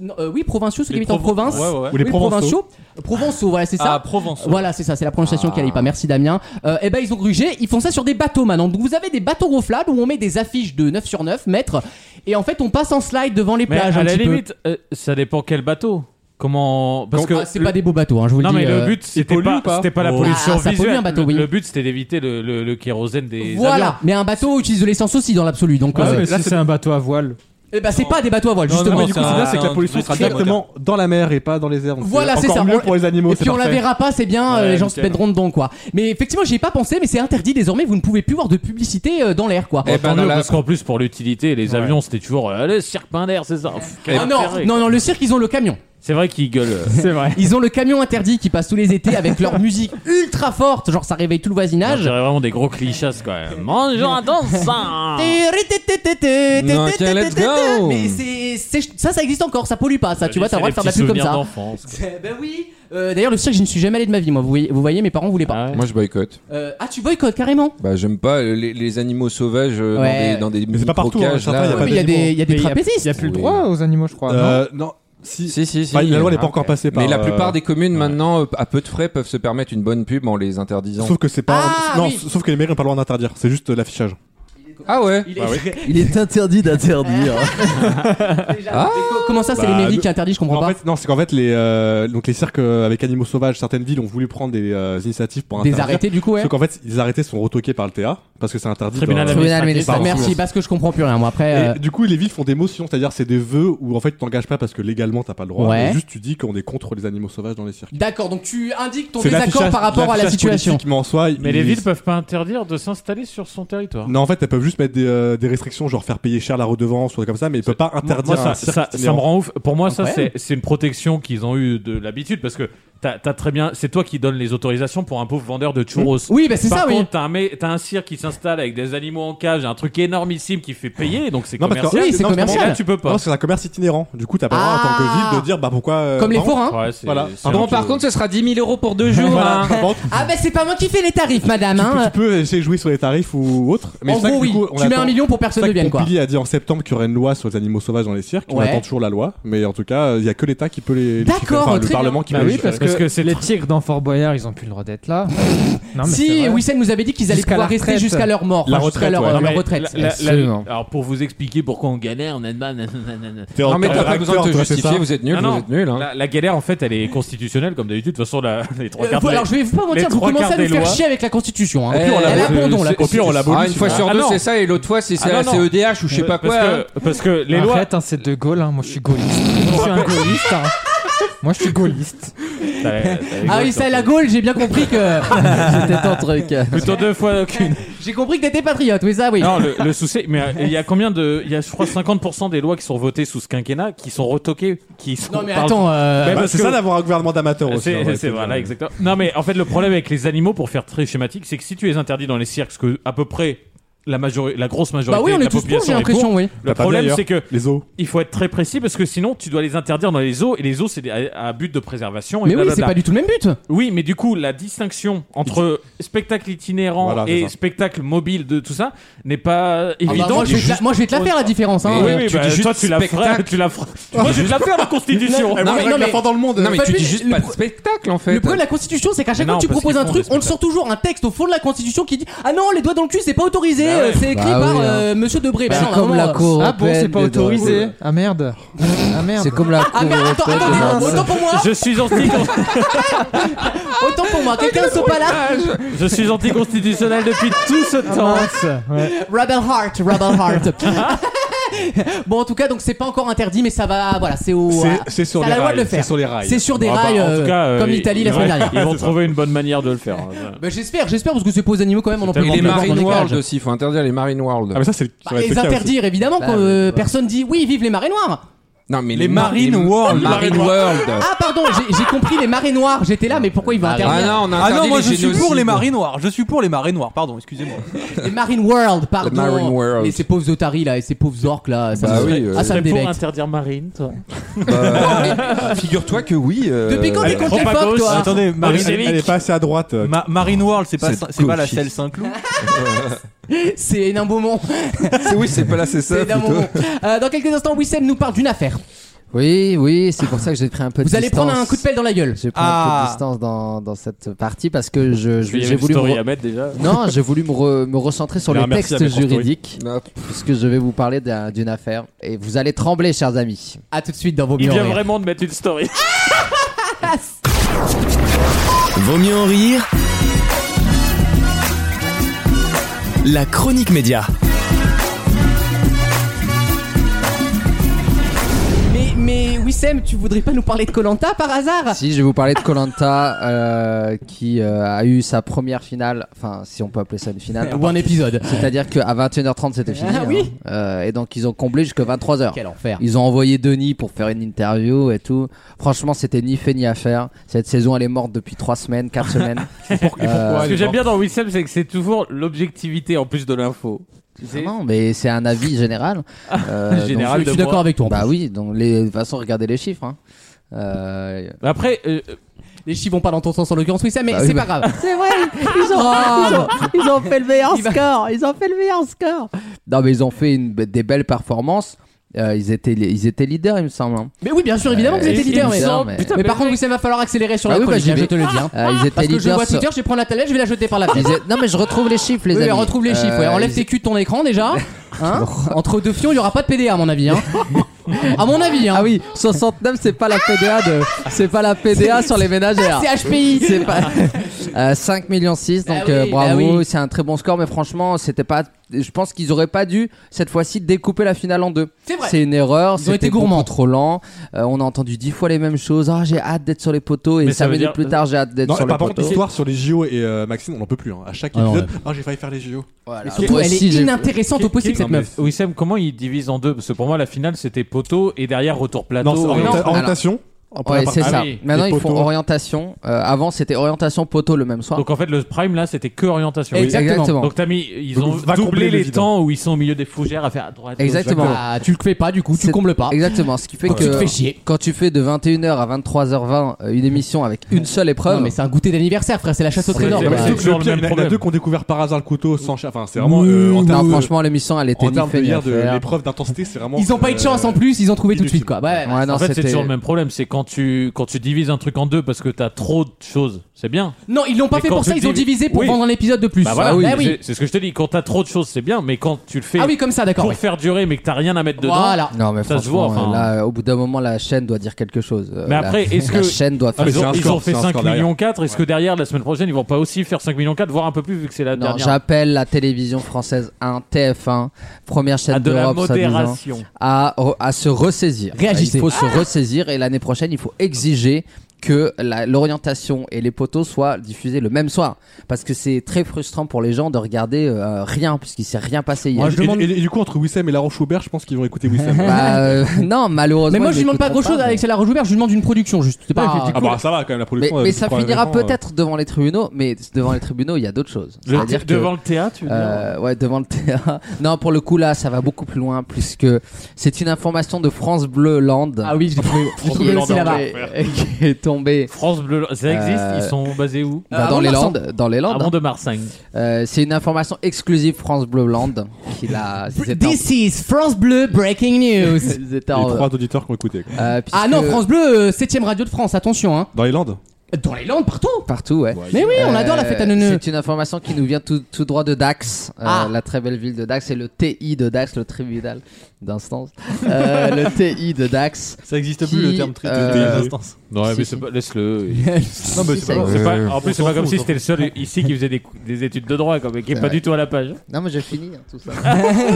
Non, euh, oui, provinciaux, ceux qui Les habitent en provo- province. ouais, ouais, ouais. Ou les provinciaux. Provençaux, voilà, c'est ça. Ah, provençaux. Voilà, c'est ça, c'est la prononciation qui allait pas. Merci Damien. Euh, eh ben, ils ont grugé. Ils font ça sur des bateaux maintenant. Donc vous avez des bateaux gonflables où on met des affiches de 9 sur 9 mètres et en fait on passe en slide devant les Mais plages. à un la petit peu. limite, euh, ça dépend quel bateau. Comment Parce Donc, que ah, c'est pas des beaux bateaux, hein, je vous le non dis, mais euh, le but c'est c'était pollu pas, ou pas c'était pas la Oh. pollution Ah, ça pollue visuelle. un bateau, le, oui. le but c'était d'éviter le, le- le kérosène des avions. Voilà. Mais un bateau utilise de l'essence aussi dans l'absolu. Donc Ah, euh, mais là, si c'est- c'est un bateau à voile. eh ben, c'est pas des bateaux à voile Non, justement. non, mais du coup, c'est bien, c'est que la pollution sera directement dans la mer et pas dans les airs. Donc Voilà, c'est encore ça. mieux On- pour les animaux. Et puis c'est on la parfait. verra pas, c'est bien, euh, Ouais, les gens se nickel. perdront dedans quoi. Mais effectivement, j'y ai pas pensé, mais c'est interdit désormais, vous ne pouvez plus voir de publicité euh, dans l'air quoi. bah, Eh ben, parce qu'en plus pour l'utilité, les avions c'était toujours euh, le cirque plein d'air, c'est ça. Pff, quel Ah non, intérêt, non, quoi. non, le cirque, ils ont le camion. C'est vrai qu'ils gueulent. euh, Ils ont le camion interdit qui passe tous les étés avec leur musique ultra forte, genre ça réveille tout le non, je voisinage. dirais vraiment des gros clichasses quand même. Mangeons un dansant. Non, tiens, let's go. Mais c'est- c'est- ça, ça existe encore, ça pollue pas, ça. Euh, Tu vois, t'as le droit de faire de la pub comme ça. Ben oui. Euh, D'ailleurs, le cirque, je ne suis jamais allé de ma vie, moi. Vous voyez, vous voyez mes parents voulaient pas. Moi, je boycotte. Euh, ah, tu boycottes carrément Bah, j'aime pas les, les animaux sauvages euh, Ouais. dans des, dans des Mais c'est pas partout, hein, mini-brocages, certains, là. euh, y a pas Il y a des, il y a des Mais il y a- trapézistes. Il y a plus le droit aux animaux, je Ah, crois. non Euh, Non, si. Si, si, si. Enfin, la loi n'est Ah, pas encore ok. passée par. Mais la euh, plupart des communes maintenant, euh, à peu de frais, peuvent se permettre une bonne pub en les interdisant. Sauf que c'est pas. Ah, non, oui. sauf que les mairies n'ont pas le droit d'interdire. C'est juste euh, l'affichage. Ah ouais Il est- Bah oui. Il est interdit d'interdire. Comment ça, c'est Bah, les mairies le- qui interdisent Je comprends En pas. fait, non, c'est qu'en fait les euh, donc les cirques euh, avec animaux sauvages, certaines villes ont voulu prendre des euh, initiatives pour Des interdire. arrêtés, du coup, ouais. Sauf qu'en fait, les arrêtés sont retoqués par le TA parce que c'est interdit. Tribunal dans- administratif. Tribunal administratif. Pardon. Merci, parce que je comprends plus rien, moi. Et Après. euh, du coup, les villes font des motions, c'est-à-dire c'est des vœux où en fait tu t'engages pas parce que légalement t'as pas le droit. Ouais. mais Juste tu dis qu'on est contre les animaux sauvages dans les cirques. D'accord, donc tu indiques ton C'est désaccord l'affichage- par rapport à la l'affichage situation. politique, Mais en soi, Mais ils- les villes peuvent pas interdire de s'installer sur son territoire. Non, en fait, elles peuvent juste mettre des, euh, des restrictions, genre faire payer cher la redevance ou des comme ça, mais ils peuvent pas Moi, interdire ça, un cirque ça- ça itinérant. me rend ouf. Pour moi, ça, Incroyable. c'est c'est une protection qu'ils ont eu de l'habitude parce que t'as t'as très bien. C'est toi qui donnes les autorisations pour un pauvre vendeur de churros. Oui, bah c'est Par ça, oui. contre, t'as un, mec- t'as un cirque qui s'installe avec des animaux en cage, un truc énormissime qui fait payer, donc c'est Non, parce que- commercial. Oui, c'est Non, parce que- Mais commercial. là, tu peux Non, pas. parce que c'est un commerce itinérant. Du coup, t'as pas le droit en Ah. tant que ville de dire bah pourquoi. euh, Comme les non. forains. Ouais, c'est- Voilà. c'est un Bon, peu- Par contre, ce sera 10 000 euros pour deux jours. Voilà. hein. Par contre, Ah bah c'est pas moi qui fais les tarifs madame tu, peux- hein. tu peux essayer de jouer sur les tarifs ou autre. Mais En c'est vrai gros que, du oui, coup, on tu mets attend- un million pour C'est personne vrai ne que vienne quoi. Pompili a dit en septembre qu'il y aurait une loi sur les animaux sauvages dans les cirques. On Ouais. attend toujours la loi, mais en tout cas, il y a que l'État qui peut les. les D'accord, chiffrer. Enfin, le très bien. Parlement qui Bah peut les oui, chiffrer. parce Parce que que c'est les tr- tigres dans Fort Boyard, ils ont plus le droit d'être là. Non, mais c'est Si vrai. Wissem nous avait dit qu'ils allaient Jusqu'à pouvoir la rester retraite. jusqu'à leur mort, La enfin, jusqu'à retraite, leur, ouais. leur Non, mais retraite. Euh, la- la- la- Absolument. alors pour vous expliquer pourquoi on galère, on est de mal, nanana. T'es en Non, mais tant t'as que pas besoin de te acteur, toi, c'est justifier, ça. vous êtes nul, Non, non. vous êtes hein. nul. La, la galère en fait elle est constitutionnelle comme d'habitude. De toute façon la- les trois Euh, quarts. de voilà, la- alors je vais pas mentir, les vous trois commencez à quarts nous des faire lois. chier avec la constitution hein. Eh, Elle abandon la Au pire, on l'abolit, Ah, une fois sinon. sur Ah, deux, non. c'est ça, et l'autre fois, c'est Ah, c'est- non, c'est non. EDH ou je sais pas quoi. parce, hein. que, parce que les lois. Arrête, hein, c'est de Gaulle. hein. Moi, je suis gaulliste. je suis un gaulliste. hein. Moi, je suis gaulliste. T'as- t'as les Ah lois oui, qui ça sont- la Gaule, j'ai bien compris que C'était ton truc. Plutôt deux fois qu'une. j'ai compris que t'étais patriote, oui ça oui. Non, le, le souci, mais euh, il y a combien de. Il y a, je crois, 50% des lois qui sont votées sous ce quinquennat qui sont retoquées. Qui sont Non mais par- attends euh, Mais Bah, parce C'est que- ça d'avoir un gouvernement d'amateurs aussi. C'est hein, ouais, c'est- voilà, exactement. Non, mais en fait, le problème avec les animaux, pour faire très schématique, c'est que si tu les interdis dans les cirques, ce que à peu près la, majori- la grosse Bah majorité oui, on de est la tous pour, j'ai population est pour, l'impression oui. le Bah, pas problème, d'ailleurs. c'est que Les zoos. il faut être très précis parce que sinon, tu dois les interdire dans les zoos et les zoos, c'est des- à, à but de préservation. Et Mais oui, c'est blablabla. pas du tout le même but. Oui, mais du coup, la distinction entre spectacle itinérant Voilà, c'est et ça. spectacle mobile de tout ça n'est pas évident. Ah bah, Moi je vais te la- moi, je vais te la faire la différence hein. Oui, Euh, oui, tu bah, dis juste toi, tu la feras. Tu la feras. Moi, je vais te la faire, la Constitution. mais- Eh, moi, je non, règle la mais- fin dans le monde. Non, mais Enfin, tu lui, dis juste le pas de pro- spectacle en fait. Le problème de la Constitution, c'est qu'à chaque fois Mais que non, tu parce proposes qu'ils un font truc, des on te sort toujours un texte au fond de la Constitution qui dit Ah non, les doigts dans le cul, c'est pas autorisé, euh, c'est écrit Bah oui, par hein. euh, monsieur Debré. Bah C'est non, comme vraiment, la euh, cour. Ah bon, européenne c'est pas des droits. autorisé. Ah merde. Ah merde. C'est comme la cour. Ah merde, attends, européenne attends, des droits. attends, autant pour moi, Je suis anti autant pour moi, quelqu'un saute pas là. je suis anticonstitutionnel depuis tout ce Ah temps. mince. Ouais. Rebel Heart, Rebel Heart. bon, en tout cas, donc c'est pas encore interdit, mais ça va. Voilà, c'est au. C'est- à- c'est sur à les la loi de le rails, faire. c'est sur les rails. C'est sur des Bon, bah, rails, en tout euh, cas, euh, comme ils- l'Italie ils la semaine vont- dernière. Ils vont trouver une bonne manière de le faire. hein. Bah, j'espère, j'espère, parce que c'est pas aux animaux quand même, on en Et peut les plus voir Marine dans les World cages. aussi, il faut interdire les Marine World. Ah, mais ça, c'est. Bah, les interdire évidemment Bah, quand oui, euh, personne dit oui vive les marées noires Non, mais Les mar- Marine les- World. Marine World. ah pardon j'ai- j'ai compris les marées noires j'étais là mais pourquoi il va Ah, interdire non, on a Ah non, interdit moi les je suis pour génocides. les marées noires. Je suis pour les marées noires, pardon, excusez-moi. les marine world pardon Les Marine World. et ces pauvres otaries là et ces pauvres orques là ça Bah me- oui, euh, ah, ça me Serait pour débecte interdire Marine, toi Bah, Figure-toi que oui. euh, Depuis quand t'es elle- contre les Trop pas phoques, gauche. toi Ah, Attendez, bah, Marine, elle, elle est pas assez à droite. Ma- Marine World, c'est pas, C'est Saint- c'est pas la gauchiste. selle Saint-Cloud. hein, c'est un beau moment Oui, c'est pas là, c'est ça. C'est d'un plutôt. moment. Euh, dans quelques instants, Wissem nous parle d'une affaire. Oui, oui, c'est pour ça que j'ai pris un peu de Vous allez distance. prendre un coup de pelle dans la gueule. J'ai pris un peu Ah. de distance dans, dans cette partie parce que je, je- Il y avait j'ai une voulu. story re- à mettre, déjà. Non, j'ai voulu me, re- me recentrer sur Il a les un merci à textes mettre en story. juridiques puisque je vais vous parler d'un- d'une affaire et vous allez trembler, chers amis. À tout de suite dans vos Il vient vraiment de mettre une story. Vaut mieux en rire. La chronique média. Mais, mais Wissem, tu voudrais pas nous parler de Colanta par hasard Si je vais vous parler de Colanta qui euh, a eu sa première finale, enfin si on peut appeler ça une finale, Ou un épisode. C'est-à-dire qu'à 21h30 c'était fini. Ah oui. hein. Euh, et donc ils ont comblé jusqu'à 23h. Quel enfer. Ils ont envoyé Denis pour faire une interview et tout. Franchement c'était ni fait ni à faire. Cette saison elle est morte depuis 3 semaines, 4 semaines. Euh, Ce que j'aime bien dans Wissem, c'est que c'est toujours l'objectivité en plus de l'info. Non, mais c'est un avis général. Euh, Général de donc- Je suis d'accord moi. avec toi, en Bah plus. oui, donc les, de toute façon regardez les chiffres. hein. Euh, Bah, Après, les chiffres vont pas dans ton sens en l'occurrence, Wissem, mais Bah oui, c'est bah- pas grave. C'est vrai, ils ont, Oh. ils, ont, ils ont fait le meilleur score. Ils ont fait le meilleur score. Non, mais ils ont fait une, des belles performances. Euh, ils, étaient, ils étaient leaders, il me semble. hein. Mais oui, bien sûr, évidemment que vous Euh, étiez il- leader. il me Mais, semble, mais- mais- mais par contre, Wissem, va falloir accélérer sur Bah la oui, bah, chronique, j'y hein, vais. je te le dis. hein. Euh, ils étaient Parce que je leaders vois sur- Twitter, je vais prendre la tablette, je vais la jeter par la Ils fenêtre. étaient- Non, mais je retrouve les chiffres, les Oui, amis. retrouve les Euh, chiffres. ouais. Enlève ils- tes culs de ton écran déjà. Hein Entre deux fions, il y aura pas de PDA à mon avis. Hein. à mon avis. Hein. Ah oui, 69, c'est pas la PDA de. C'est pas la PDA sur les ménagères. Ah, C'est HPI. C'est pas. Euh, 5 millions 6 donc Ah oui, euh, bah bravo oui. c'est un très bon score mais franchement c'était pas je pense qu'ils auraient pas dû cette fois-ci découper la finale en deux C'est vrai. une Ils erreur ont c'était été gourmands. beaucoup trop lent Euh, on a entendu dix fois les mêmes choses ah j'ai hâte d'être sur les poteaux et Mais ça ça veut minutes dire- plus tard j'ai hâte d'être Non, sur les par contre, poteaux l'histoire sur les JO et euh, Maxime, on en peut plus. hein. À chaque Ah non, épisode, ah, j'ai failli faire les JO. Voilà. Et Ah, surtout, elle est inintéressante au possible, cette meuf. Wissem, comment il divise en deux Parce que pour moi, la finale, c'était poteau et derrière retour plateau. Non, c'est et- orienta- Alors- orientation. Ouais, c'est Ah ça. oui. Maintenant, Et ils font poteau. orientation. Euh, avant, c'était orientation poteau le même soir. Donc en fait, le prime là, c'était que orientation. Oui, Exactement. exactement. Donc t'as mis, ils Donc, ont va doublé combler le les vide. temps où ils sont au milieu des fougères à faire à droite. Exactement. à gauche. Ah, tu le fais pas, du coup, tu combles pas. Exactement. Ce qui fait Donc, que tu te fais chier. quand tu fais de 21h à 23h20 euh, une émission avec une seule épreuve. Non, mais c'est un goûter d'anniversaire, frère, c'est la chasse au trésor. c'est- quoi. c'est- Le pire, il y en a- il y en a deux qui ont découvert par hasard le couteau sans chien. Enfin, c'est vraiment. euh, en Non, termes de- franchement, l'émission, elle était En ni termes de fait ni hier à de faire. l'épreuve d'intensité, c'est vraiment. Ils ont pas eu de chance en plus, ils ont trouvé tout de suite quoi. Ouais, ouais. Ah en fait, c'est toujours le même problème. C'est quand tu, quand tu divises un truc en deux parce que t'as trop de choses, c'est bien. Non, ils l'ont pas Mais fait quand pour tu ça, ils ont divi- divisé pour Oui. vendre un épisode de plus. Bah voilà, Ah oui, mais bah oui. c'est- c'est ce que je te dis. Quand t'as trop de choses, c'est bien, mais quand tu le fais Ah oui, comme ça, d'accord, pour ouais. faire durer mais que t'as rien à mettre dedans, Voilà. Non, mais ça se voit. franchement, enfin. euh, là, euh, au bout d'un moment, la chaîne doit dire quelque chose. Euh, Mais la- après, est-ce que la chaîne doit faire ils, ont, quelque ils chose. ont fait 5 millions 4 Est-ce que derrière la semaine prochaine ils vont pas aussi faire 5 millions 4 voire un peu plus vu que c'est la Non, dernière j'appelle la télévision française 1, TF1, première chaîne À de la d'Europe, soi-disant, modération. à, re- à se ressaisir. Réagissez. Ah. Il faut se ressaisir et l'année prochaine, il faut exiger que la- l'orientation et les poteaux soient diffusés le même soir. Parce que c'est très frustrant pour les gens de regarder euh, rien, puisqu'il s'est rien passé hier. Moi, je demande... et, et du coup, entre Wissem et La Roche-Aubert, je pense qu'ils vont écouter Wissem. Bah, euh, non, malheureusement. Mais moi, ils je lui demande pas m'écouteront grand chose, Alex la Rojoubert, je lui demande une production juste. C'est Ouais, pas. j'ai dit Ah bah ça va quand même la Mais, production. mais euh, ça prend un finira événement, euh. peut-être devant les tribunaux, mais devant les tribunaux, il y a d'autres choses. Le- C'est-à-dire que- devant le théâtre, tu veux dire Euh, ouais, devant le théâtre. Non, pour le coup, là, ça va beaucoup plus loin, puisque c'est une information de France Bleu Land. Ah oui, je l'ai trouvé, je l'ai trouvé aussi là-bas. Qui est tombée. France Bleu, ça existe Euh, Ils sont basés où bah, dans, les Landes, dans les Landes. Avant hein. de Marseille. Euh, c'est une information exclusive France Bleu Land. Qui l'a. c'est en- This is France Bleu Breaking News. Ils étaient Les en- trois auditeurs qui ont écouté. quoi. Euh, puisque- Ah non, France Bleu, 7ème radio de France, attention hein. Dans les Landes Dans les Landes, partout Partout, ouais. Mais oui, on adore la fête Euh, à neuneu. C'est une information qui nous vient tout, tout droit de Dax, euh, Ah. la très belle ville de Dax, et le TI de Dax, le tribunal d'instance. Euh, le TI de Dax. euh, Ça existe plus, le terme tri- tribunal d'instance. Non, mais si, c'est si. pas- laisse-le. Si, Non, mais si, c'est pas, ça c'est pas- existe. En plus, c'est Euh, On pas comme s'en fout, si on c'était le seul ici qui faisait des, des études de droit, quand même, qui est C'est pas vrai. du tout à la page. Non, mais j'ai fini hein, tout ça.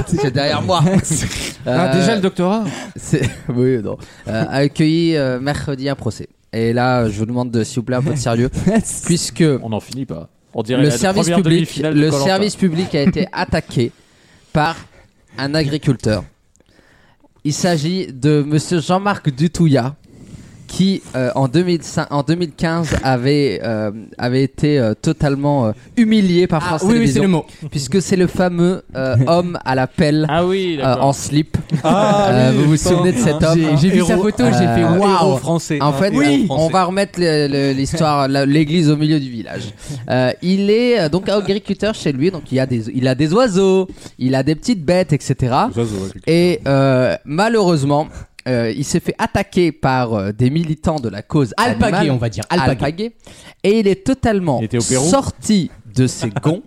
C'est derrière moi. Ah, déjà le doctorat Oui, non. Euh, a accueilli euh, mercredi un procès. Et là, je vous demande de, s'il vous plaît, un peu de sérieux. puisque. On n'en finit pas. On dirait Le la service, première public, demi-finale de le Koh-Lanta. service public a été attaqué par un agriculteur. Il s'agit de monsieur Jean-Marc Dutouillat qui euh, en, 2005 en 2015 avait, euh, avait été euh, totalement euh, humilié par Ah, France Ah oui, oui, Télévisions, c'est le mot. puisque c'est le fameux euh, homme à la pelle Ah oui, euh, en slip. Ah, Euh, oui, vous vous putain. souvenez de cet Ah, homme J'ai- j'ai vu sa photo, j'ai fait, Euh, waouh. héros En un héros fait, oui, français. on va remettre le- le- l'histoire, la- l'église au milieu du village. Euh, il est euh, donc agriculteur chez lui, donc il a des, il a des oiseaux, il a des petites bêtes, etc. Et euh, malheureusement, euh, il s'est fait attaquer par euh, des militants de la cause Alpagué, animale. on va dire, alpagué. Et il est totalement au Pérou sorti de ses gonds,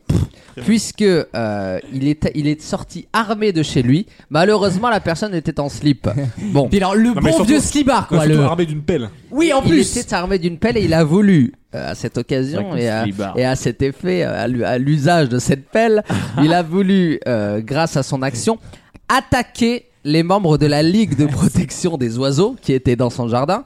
puisque euh, il, est, il est sorti armé de chez lui. Malheureusement, la personne était en slip. Bon. Puis alors, le Non, mais bon surtout- vieux slibard, quoi. surtout le... armé d'une pelle. Oui, en Il plus. était armé d'une pelle et il a voulu, euh, à cette occasion Ouais, et à, slibard. et à cet effet, euh, à l'u- à l'usage de cette pelle, il a voulu, euh, grâce à son action, attaquer les membres de la Ligue de protection des oiseaux qui étaient dans son jardin.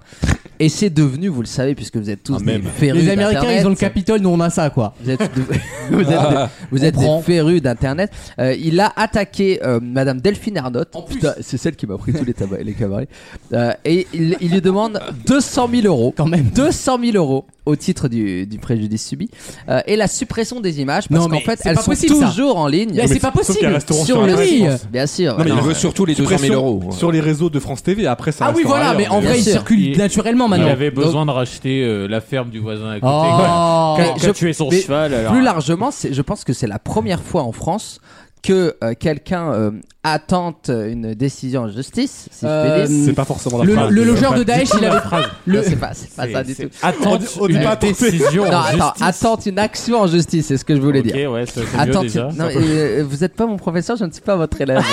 Et c'est devenu, vous le savez, puisque vous êtes Ah, tous des férus Les Américains, d'Internet. ils ont le Capitole, nous on a ça, quoi. Vous êtes, vous êtes, Ah. vous êtes des férus d'internet. Euh, il a attaqué euh, Madame Delphine Arnott. Putain, c'est celle qui m'a pris tous les, tabacs, les cabarets. Euh, et il, il lui demande 200 000 euros. Quand même. 200 000 euros au titre du, du préjudice subi. Euh, et la suppression des images parce Non, qu'en mais fait c'est elles pas sont possible, ça. toujours en ligne. Mais Mais c'est pas sauf possible. qu'elles resteront sur Ah le Internet, je pense. Bien sûr. Non, mais ouais. il veut surtout les 200 000 euros. Sur les réseaux de France TV, après ça. Ah oui, restera voilà, ailleurs, mais en bien vrai, il sûr. circule Il- naturellement Il maintenant. avait Donc- besoin de racheter euh, la ferme du voisin à côté. Oh. quoi. Mais Quand, quand je- tu es son mais cheval, alors. Plus largement, c'est- je pense que c'est la première fois en France que euh, quelqu'un euh, attente une décision en justice. si je Euh, puis dire. C'est pas forcément la le, phrase. le C'est logeur pas de du Daesh, tout il la avait phrase. Le- C'est- C'est pas, c'est pas c'est- ça du tout. c'est- Attente On- on dit une pas attente. décision en Non, attends, justice. attente une action en justice, c'est ce que je voulais Ok, dire. ouais, ça, c'est mieux Attente déjà. une- non, Ça et, peut- euh, vous n'êtes pas mon professeur, je ne suis pas votre élève.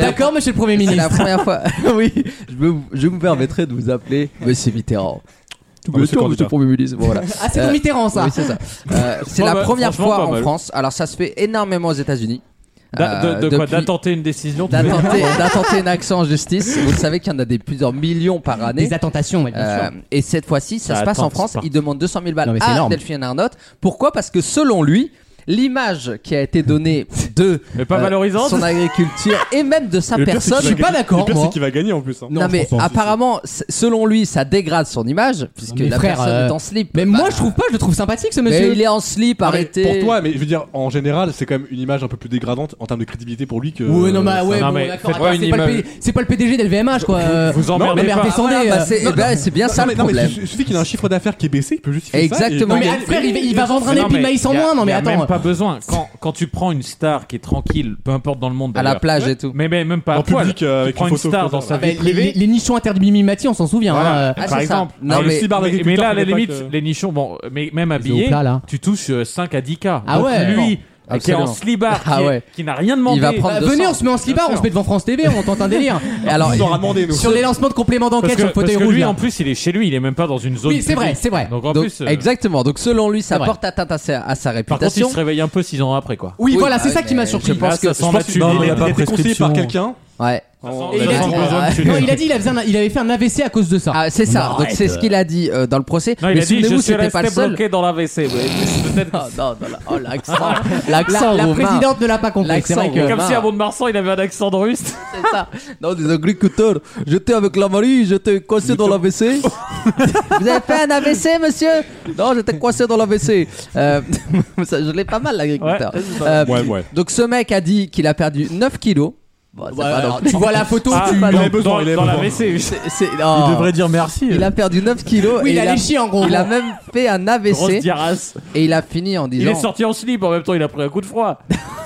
D'accord, monsieur le Premier C'est ministre. la première fois. oui, je me, je me permettrai de vous appeler Monsieur Mitterrand. Ah, Tout monsieur le candidat. Premier ministre. bon, voilà. Ah, c'est pour Euh, Mitterrand, ça. oui, c'est ça. Euh, c'est Pas la mal, première bah, franchement, fois pas en mal. France. Alors, ça se fait énormément aux États-Unis. Da- de, Euh, de quoi depuis- D'attenter une décision tu veux dire d'attenter d'attenter une action en justice. Vous le savez qu'il y en a des plusieurs millions par année. Des attentations, ouais, bien Euh, sûr. et cette fois-ci, ça, Ça se passe en attente, France. pas. Il demande 200 000 balles Non, mais c'est à énorme. Delphine Arnaute. Pourquoi Parce que selon lui, l'image qui a été donnée de euh, pas valorisante. son agriculture et même de sa Le pire, c'est personne, qu'il va gagner. Le pire, c'est qu'il va gagner en plus. hein. Non, mais apparemment, c- selon lui, ça dégrade son image puisque mais la frère, personne euh, est en slip. Mais moi, je trouve pas, je le trouve sympathique ce monsieur. bah, Mais il est en slip, Non, mais arrêtez. Pour toi, mais je veux dire, en général, c'est quand même une image un peu plus dégradante en termes de crédibilité pour lui que. Ouais, non, bah, ouais, ça- bon, d'accord, attends, c'est pas le P- c'est pas le PDG d'LVMH, quoi. euh, vous non, mais emmerdez pas. merde, Ah, descendez. voilà, bah, euh, c'est- non, eh ben, c'est bien non, ça, mais- le non, mais problème. tu- Il suffit qu'il a un chiffre d'affaires qui est baissé, il peut justifier Exactement. ça. Non, et- mais frère, il va- il va vendre un Mais non, épine mais maïs en y a- moins, non, mais y a attends. même pas besoin. Quand, quand tu prends une star qui est tranquille, peu importe dans le monde. À la d'ailleurs. plage et tout. Mais, mais même pas En à poil. public, Tu euh, avec prends une une photo, star dans sa Ah, bah, vie les, privée. les- les nichons interdits de Mimimati, on s'en souvient. Voilà. Ah, hein, euh. par exemple. Non, Alors, mais- le cyber- mais, mais là, à la limite, les nichons, bon, mais même habillés, au plat, là. tu touches euh, 5 à 10 k. Ah Donc, ouais. Lui, euh, qui est Absolument. en slibard, Ah qui est- ouais. qui n'a rien demandé. Il va prendre Bah, 200. venez, on se met en slibard, on se met devant France TV, on tente un délire. Alors, il- demandé, nous. Sur les lancements de compléments Parce d'enquête que, sur le fauteuil parce que rouge. lui, là. en plus, il est chez lui, il est même pas dans une zone. Oui, c'est vrai, publique. c'est vrai. Donc en Donc, plus, euh, Exactement. Donc selon lui, ça c'est vrai. porte atteinte à sa, à par contre, sa il réputation. se réveille un peu 6 ans après, quoi. Oui, voilà, bah c'est ça qui mais m'a surpris. Je pense que Là, ça sent la thune. il Il a a pas été de conseillé prescription. par quelqu'un. Ouais. Et il, a dit, non, il a dit il, avait fait un- il avait fait un AVC à cause de ça. Ah, c'est ça. Donc c'est ce qu'il a dit euh, dans le procès. Non, il mais a dit, je souvenez-vous, suis c'était pas le resté seul. bloqué dans l'AVC. non, non, oh, l'accent. L'accent La, la roumain. présidente ne l'a pas compris. C'est L'accent vrai que. roumain. Comme si à Mont-de-Marsan, il avait un accent de russe. C'est ça. Non, des agriculteurs. J'étais avec la Marie, j'étais coincé dans l'AVC. Vous avez fait un AVC, monsieur Non, j'étais coincé dans l'AVC. Euh, ça, je l'ai pas mal, l'agriculteur. Ouais, c'est ça. Euh, Ouais, ouais. Donc, ce mec a dit qu'il a perdu 9 kilos. Bon, c'est Ouais, pas alors, non plus- tu vois la photo, Ah, tu- pas il non- avait besoin, dans- il avait dans besoin. l'AVC, oui. C'est- c'est- non. Il devrait dire merci. Il a perdu 9 kilos. Oui, et il a les chiens, en gros. Il a même fait un Grosse AVC. diarrasse. Et il a fini en Il disant. est sorti en slip, en même temps, il a pris un coup de froid.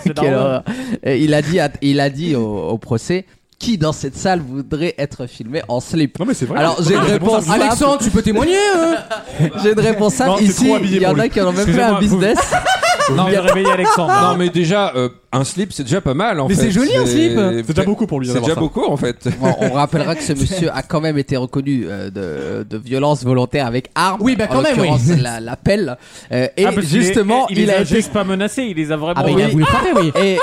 C'est Quelle normal. horreur. Et il a dit, à- il a dit au, au procès, qui dans cette salle voudrait être filmé en slip Non mais c'est vrai. Alors j'ai une C'est pour ça réponse que- Alexandre, tu peux témoigner, hein J'ai une réponse simple. Non, c'est Ici, trop habillé il y en pour a lui. qui en ont même pas Excusez-moi, un business. Vous venez Il y a- de réveiller Non, mais déjà, euh, un slip, c'est déjà pas mal en Mais fait. c'est joli, un slip. C'est déjà beaucoup pour lui C'est d'avoir déjà ça. beaucoup en fait. Bon, on rappellera que ce monsieur a quand même été reconnu euh, de, de violence volontaire avec arme. Oui, bah, quand en même, oui. l'occurrence, La, la pelle. Euh, et Ah, parce qu'il est- justement, il, les a a été juste pas menacés, il les a vraiment. Ah bah, il a voulu frapper, oui. Et,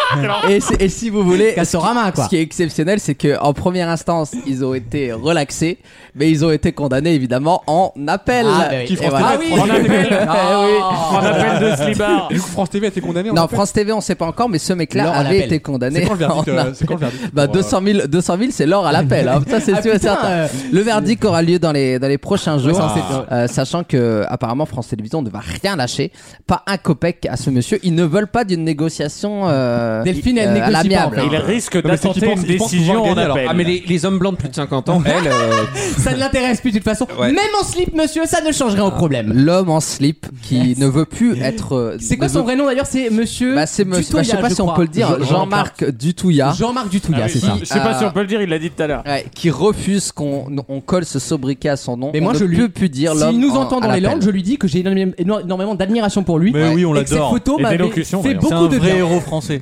et si- et si vous voulez, ce Castorama, qui, quoi. ce qui est exceptionnel, c'est que en première instance, ils ont été relaxés, mais ils ont été condamnés évidemment en appel. Ah, bah oui. Qui, Et France TV? En Eh appel. En appel de Slibar. Du coup, France TV a été condamné en Ah Non, appel France TV, on sait pas encore, mais ce L'or mec-là à avait l'appel. été condamné. C'est quand le verdict, en euh, appel. c'est quand le verdict Bah, pour, euh, 200 000, 200 000 c'est l'or à l'appel. hein. Ça, c'est Ah, sûr et putain, certain. euh, Le verdict aura lieu dans les, dans les prochains jours, ça, c'est sûr. euh, sachant que apparemment France Télévisions ne va rien lâcher, pas un copec à ce monsieur. Ils ne veulent pas d'une négociation. euh, Delphine, elle euh, à négocie pas, en l'amiable, fait. hein. Il risque Non, mais c'est d'attenter qu'ils pensent- une ils pensent décision pouvoir gagner, en alors. appel. Ah, mais les, les hommes blancs de plus de 50 ans, elles. euh, Ça ne l'intéresse plus de toute façon. Ouais. Même en slip, monsieur, ça ne change rien au problème. L'homme en slip qui ne veut plus être. euh, C'est quoi ne son veut- vrai nom d'ailleurs C'est monsieur. Bah, c'est monsieur. bah, je sais Dutouillat, pas je si on crois. peut le dire. Jean- Jean-Marc Dutouillat. Jean-Marc Ah Dutouillat, c'est ça. Je sais pas si on peut le dire, il l'a dit tout à l'heure. Ouais, qui refuse qu'on on colle ce sobriquet à son nom. Mais on moi, ne je lui. peut plus dire l'homme. S'il nous en- entend à dans les l'appel. Landes, je lui dis que j'ai énormément- énormément d'admiration pour lui. Mais oui, on Et que ses l'adore. photos Et m'avaient d'élocution, fait d'ailleurs. C'est beaucoup un de vrai bien. héros français.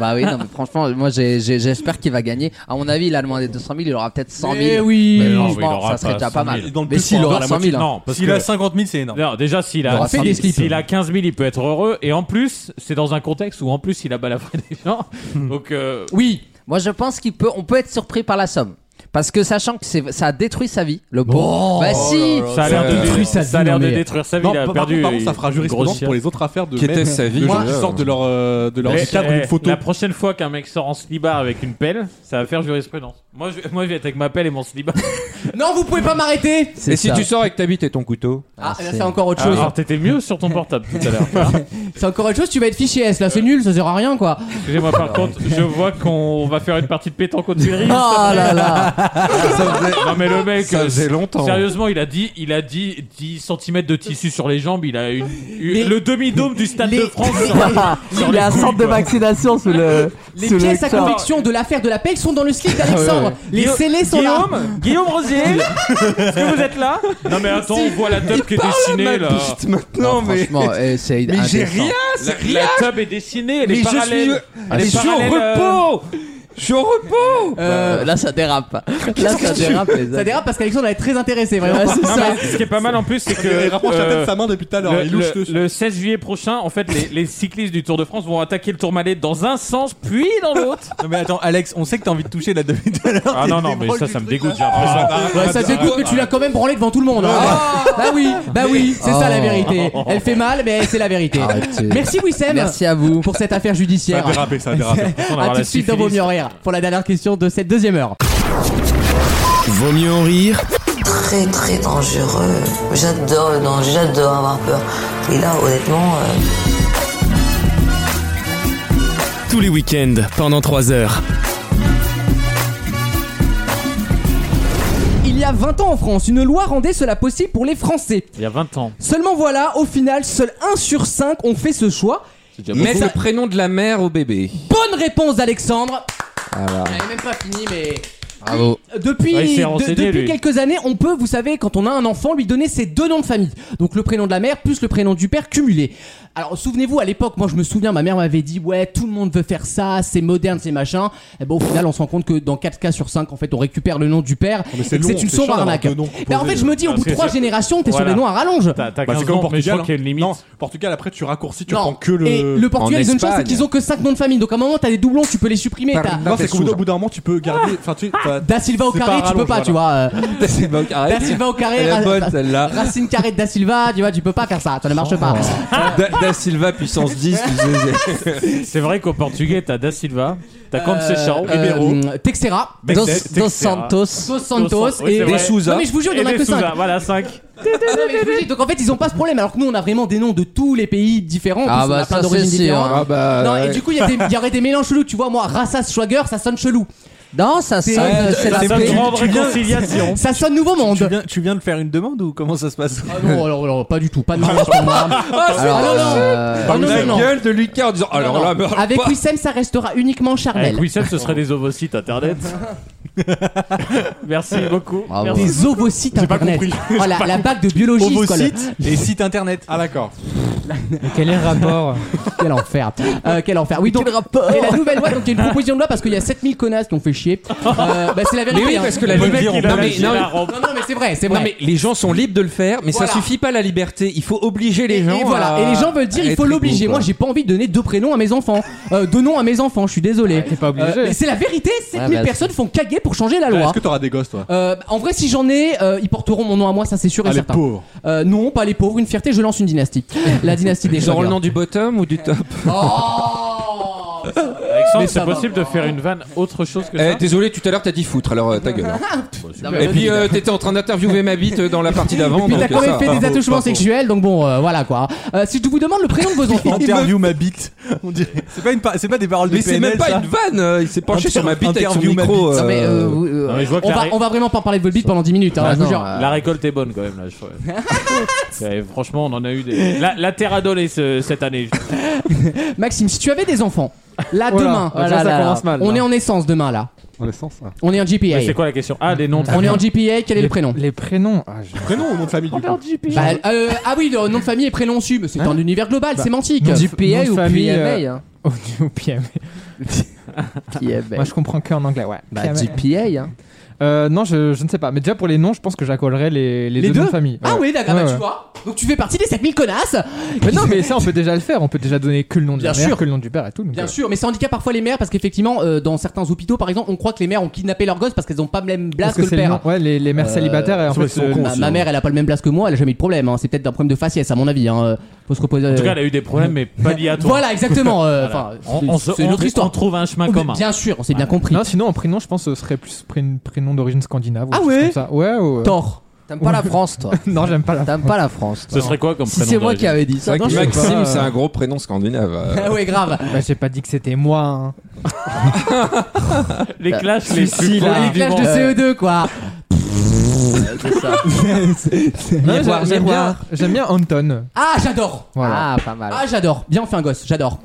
Bah oui, non, mais franchement, moi j'ai- j'ai- j'espère qu'il va gagner. À mon avis, il a demandé 200 000, il aura peut-être 100 000. Eh Mais oui. Mais non, franchement, mais il aura ça serait pas déjà pas 100 000. mal. Dans le Mais plus, s'il on aura aura la 100 moitié. 000. hein. Non, parce S'il que- a 50 000, c'est énorme. Non, déjà, s'il Il aura a, fait des slips. s'il a 15 000, il peut être heureux. Et en plus, c'est dans un contexte où en plus il a balafré des gens. Donc, euh, Oui, moi je pense qu'on peut, on peut être surpris par la somme. Parce que sachant que c'est- ça a détruit sa vie, le pauvre. bah si ça a l'air de, Euh, détruire- ça a l'air de détruire sa vie. Non, il a par- par perdu. contre, par contre, ça fera une grosse jurisprudence pour chiasse. les autres affaires de mecs- de gens qui sortent de leur euh, de leur Eh, cadre eh, d'une photo. La prochaine fois qu'un mec sort en slibard avec une pelle, ça va faire jurisprudence. Moi, je, moi, je vais être avec ma pelle et mon slibard. Non, vous pouvez pas m'arrêter. Et si tu sors avec ta bite et ton couteau Ah, là, c'est encore autre chose. Alors, t'étais mieux sur ton portable tout à l'heure. C'est encore autre chose, tu vas être fiché S là, c'est nul, ça sert à rien quoi. Excusez-moi, par contre, je vois qu'on va faire une partie de pétanque aux Tuileries. Ah. Oh là là. Non mais le mec, Ça euh, faisait longtemps. Sérieusement, il a dit, il a dit 10 cm de tissu sur les jambes. Il a une- une- le demi-dôme du Stade de France. sur- sur Il les a un couilles, centre de quoi. vaccination sous le. Les sous le pièces à corps. conviction de l'affaire de la pelle sont dans le slip d'Alexandre. Ah Les Guilla- scellés sont là. Guillaume Guillaume Rosier, est-ce que vous êtes là Non mais attends, on voit la tub qui est dessinée là. Non, franchement, eh, c'est Mais j'ai indécent. rien, La, la tub est dessinée, elle Mais est je suis- parallèle. Ah, Elle est je suis au parallèle, euh, repos Je suis au repos Euh, là, ça dérape. Là, ça dérape. les Ça amis. dérape parce qu'Alexandre est très intéressé vraiment. Ouais, Ah, c'est Non, ça. mais ce qui est pas mal en plus, c'est que. euh, Il rapproche la tête de sa main depuis tout à l'heure, le- il louche le- dessus. le 16 juillet prochain, en fait, les, les cyclistes du Tour de France vont attaquer le Tourmalet dans un sens, puis dans l'autre. Non, mais attends, Alex, on sait que t'as envie de toucher la demi tout à l'heure. Ah non, non, mais ça, ça me hein. dégoûte, j'ai l'impression. Ah, bah, Ouais, ça te dégoûte, mais tu l'as quand même branlé devant tout le monde. hein. Bah oui, bah oui, c'est ça la vérité. Elle fait mal, mais c'est la vérité. Oh. Arrêtez. Merci Wissem Merci à vous. pour cette affaire judiciaire. Ça a dérapé, ça a dérapé. on aura A Ah, bah, tout de la suite dans Vaut syphilis. mieux en rire pour la dernière question de cette deuxième heure. Vaut mieux en rire Très très dangereux. J'adore le danger, j'adore avoir peur. Et là, honnêtement. euh, tous les week-ends pendant 3 heures. Il y a 20 ans en France, une loi rendait cela possible pour les Français. Il y a 20 ans. Seulement voilà, au final, seul 1 sur 5 ont fait ce choix. Mettre Ça- le prénom de la mère au bébé. Bonne réponse d'Alexandre. Voilà. J'avais même pas fini, mais. Bravo. Depuis, Ah, Ouais, il s'est de- renseigné, depuis lui. quelques années, on peut, vous savez, quand on a un enfant, lui donner ses deux noms de famille. Donc le prénom de la mère plus le prénom du père cumulé. Alors souvenez-vous, à l'époque, moi je me souviens, ma mère m'avait dit ouais, tout le monde veut faire ça, c'est moderne, c'est machin. Et ben au final, on se rend compte que dans 4 cas sur 5, en fait, on récupère le nom du père. mais c'est et que long, C'est une c'est sombre chiant d'avoir arnaque. deux noms Et en fait, je me dis, au composés. bout de Parce trois que c'est- générations, t'es Voilà. sur les noms à rallonge. Bah, c'est comme Portugal. hein. qu'il y a une limite. Non, Portugal, après, tu raccourcis, tu Non. prends que le. Et le Portugal, ils ont une chance, c'est qu'ils ont que 5 noms de famille. Donc à un moment, t'as des doublons, tu peux les supprimer. t'as- Non, c'est qu'au bout d'un- au bout d'un moment, tu peux garder. Enfin, tu. enfin, Da Silva au c'est carré, pas tu peux pas, rallonge, tu vois. voilà. euh, Da Silva au carré. Da Silva au carré, Elle est Ra- bonne, Ra- celle-là. Racine carré de Da Silva, tu vois, tu peux pas faire ça, ça ne marche pas. Da, Da Silva puissance 10. C'est vrai qu'au portugais, t'as Da Silva, t'as Conceição, Euh, euh, Texera, Dos- Texera, Dos Santos. Dos Santos Oui, c'est et vrai. Des Souza. Non, mais je vous jure, il y en Et a des que Souza, 5. ben, voilà, 5. Donc en fait, ils ont pas ce problème alors que nous on a vraiment des noms de tous les pays différents, en Ah plus, on bah, a plein ça, d'origines c'est sûr. différentes. Ah bah, hein. Non, et ouais. du coup, il y a des- il y aurait des mélanges chelous, tu vois, moi Rassas Schwager, ça sonne chelou. Non, ça sonne, Ouais, c'est la ça paix. sonne grande Tu viens- réconciliation. Ça sonne nouveau monde. Tu viens, tu viens de faire une demande ou comment ça se passe Ah non, alors, alors, pas du tout, pas de mariage pour moi. Ah, c'est Alors, pas non, non. possible. Ah, non, Par non, non. la gueule de Lucas en disant alors non. là, mais alors Avec pas- Wissem, ça restera uniquement charnel. Avec Wissem, ce serait des ovocytes internet. Merci beaucoup. Bravo. Merci. Des ovocytes J'ai pas internet. compris. Oh, la, la bague de biologie. quoi, le- Ovocytes et site internet. Ah d'accord. quel est le rapport Quel enfer. Euh, quel enfer. Oui, donc, Et la nouvelle loi, donc il y a une proposition de loi parce qu'il y a 7000 connasses qui ont fait chier. Euh, bah, c'est la vérité. Mais oui, hein. parce que la Le liberté- mec, il a non, mais- lâché non, la mais- robe. Non, non, mais c'est vrai, c'est Non, vrai. mais les gens sont libres de le faire, mais Voilà. ça suffit pas la liberté. Il faut obliger les gens. Et voilà, à- et les gens veulent dire à il être faut l'obliger. égaux, Moi, quoi. j'ai pas envie de donner deux prénoms à mes enfants, euh, deux noms à mes enfants. Je suis désolé. C'est pas obligé. c'est la vérité. 7000 bah, personnes font caguer pour changer la loi. Est-ce que t'auras des gosses, toi Euh, en vrai, si j'en ai, euh, ils porteront mon nom à moi, ça c'est sûr et Ah, les certain. pauvres. Euh, non, pas les pauvres. Une fierté, je lance une dynastie. La dynastie des Ils auront le Shoguns. nom du bottom ou du top Oh Alexandre, Mais c'est ça va. possible de faire une vanne autre chose que Eh, ça désolé, tout à l'heure t'as dit foutre, alors euh, ta gueule. hein. mais Et puis vas-y. euh, t'étais en train d'interviewer ma bite euh, dans la partie d'avant. Puis t'as donc, quand euh, même ça- fait des bravo, attouchements bravo. sexuels, donc bon, euh, voilà quoi. Euh, si je vous demande le prénom de vos enfants, Interview ma bite. On dirait. C'est pas une par- c'est pas des paroles de Mais c'est PNL, même pas ça. une vanne, euh, il s'est penché Inter- sur ma bite avec son interview ma micro. bite. euh, Non, mais, euh, vous- euh, Non, mais je vois que on la va, ré- on va vraiment pas parler de votre bite pendant 10 minutes. hein, Ah je vous non, jure. La récolte est bonne quand même là. je- Ouais, Franchement, on en a eu des. La, la terre a donné ce- cette année. Maxime, si tu avais des enfants, là Oh là, demain, ah, ça, ça commence mal, on là. est en essence demain là. En essence, ça. On est en GPA. Mais c'est quoi la question Ah, les noms. de- On est en GPA, quel est Les- le prénom Les prénoms. Ah, je- Prénom ou nom de famille du coup Bah, euh, ah oui, le nom de famille et prénom su, mais c'est Hein un univers global, Bah, sémantique. nom de- nom de famille, PMA, euh, hein. au- Au PMA. PMA. Moi, je comprends que en anglais, ouais. Bah, PMA. GPA, hein. Euh, non, je, je ne sais pas. Mais déjà pour les noms, je pense que j'accolerais les, les, Les deux, noms deux de famille. Ah Ouais. oui, d'accord, Ouais, bah, ouais. tu vois. Donc tu fais partie des 7000 connasses. Mais non, mais ça, on peut déjà le faire. On peut déjà donner que le nom de la Bien mère, sûr. que le nom du père et tout. donc, Bien euh, sûr, mais ça handicap parfois les mères parce qu'effectivement, euh, dans certains hôpitaux, par exemple, on croit que les mères ont kidnappé leurs gosses parce qu'elles n'ont pas le même Parce blase que, que le c'est le père. nom. Ouais, les, les mères Euh, célibataires, en fait, euh, ma, ma mère, elle a pas le même blase que moi, elle a jamais eu de problème. hein. C'est peut-être d'un problème de faciès, à mon avis. Hein. Faut se reposer. En tout cas, elle a eu des problèmes, mais pas liés à toi. Voilà, exactement. euh, Voilà. enfin, On- on se- c'est c'est une on- autre histoire. on trouve un chemin Oh, mais commun. Bien sûr, on s'est bien compris. Non, sinon en prénom, je pense que ce serait plus prén- prénom d'origine scandinave. Ah ou ouais quelque chose comme ça. Ouais, ouais. Thor. T'aimes pas la France, toi Non, j'aime pas la T'aimes pas la France, toi Ce serait quoi comme Si prénom c'est moi d'origine qui avais dit C'est ça, vrai que non, je sais pas, Maxime, euh, c'est un gros prénom scandinave. euh. Ah ouais, grave. Bah, j'ai pas dit que c'était moi. hein. Les clashs, les Celui-ci, plus Ah, là. produits Les du clashs de monde. CE2, quoi. c'est ça. Non, mais Miroir, j'aime- J'aime bien, miroir. j'aime bien Anton. Ah, j'adore. Voilà. Ah, pas mal. Ah, j'adore. Bien, on fait un gosse. J'adore.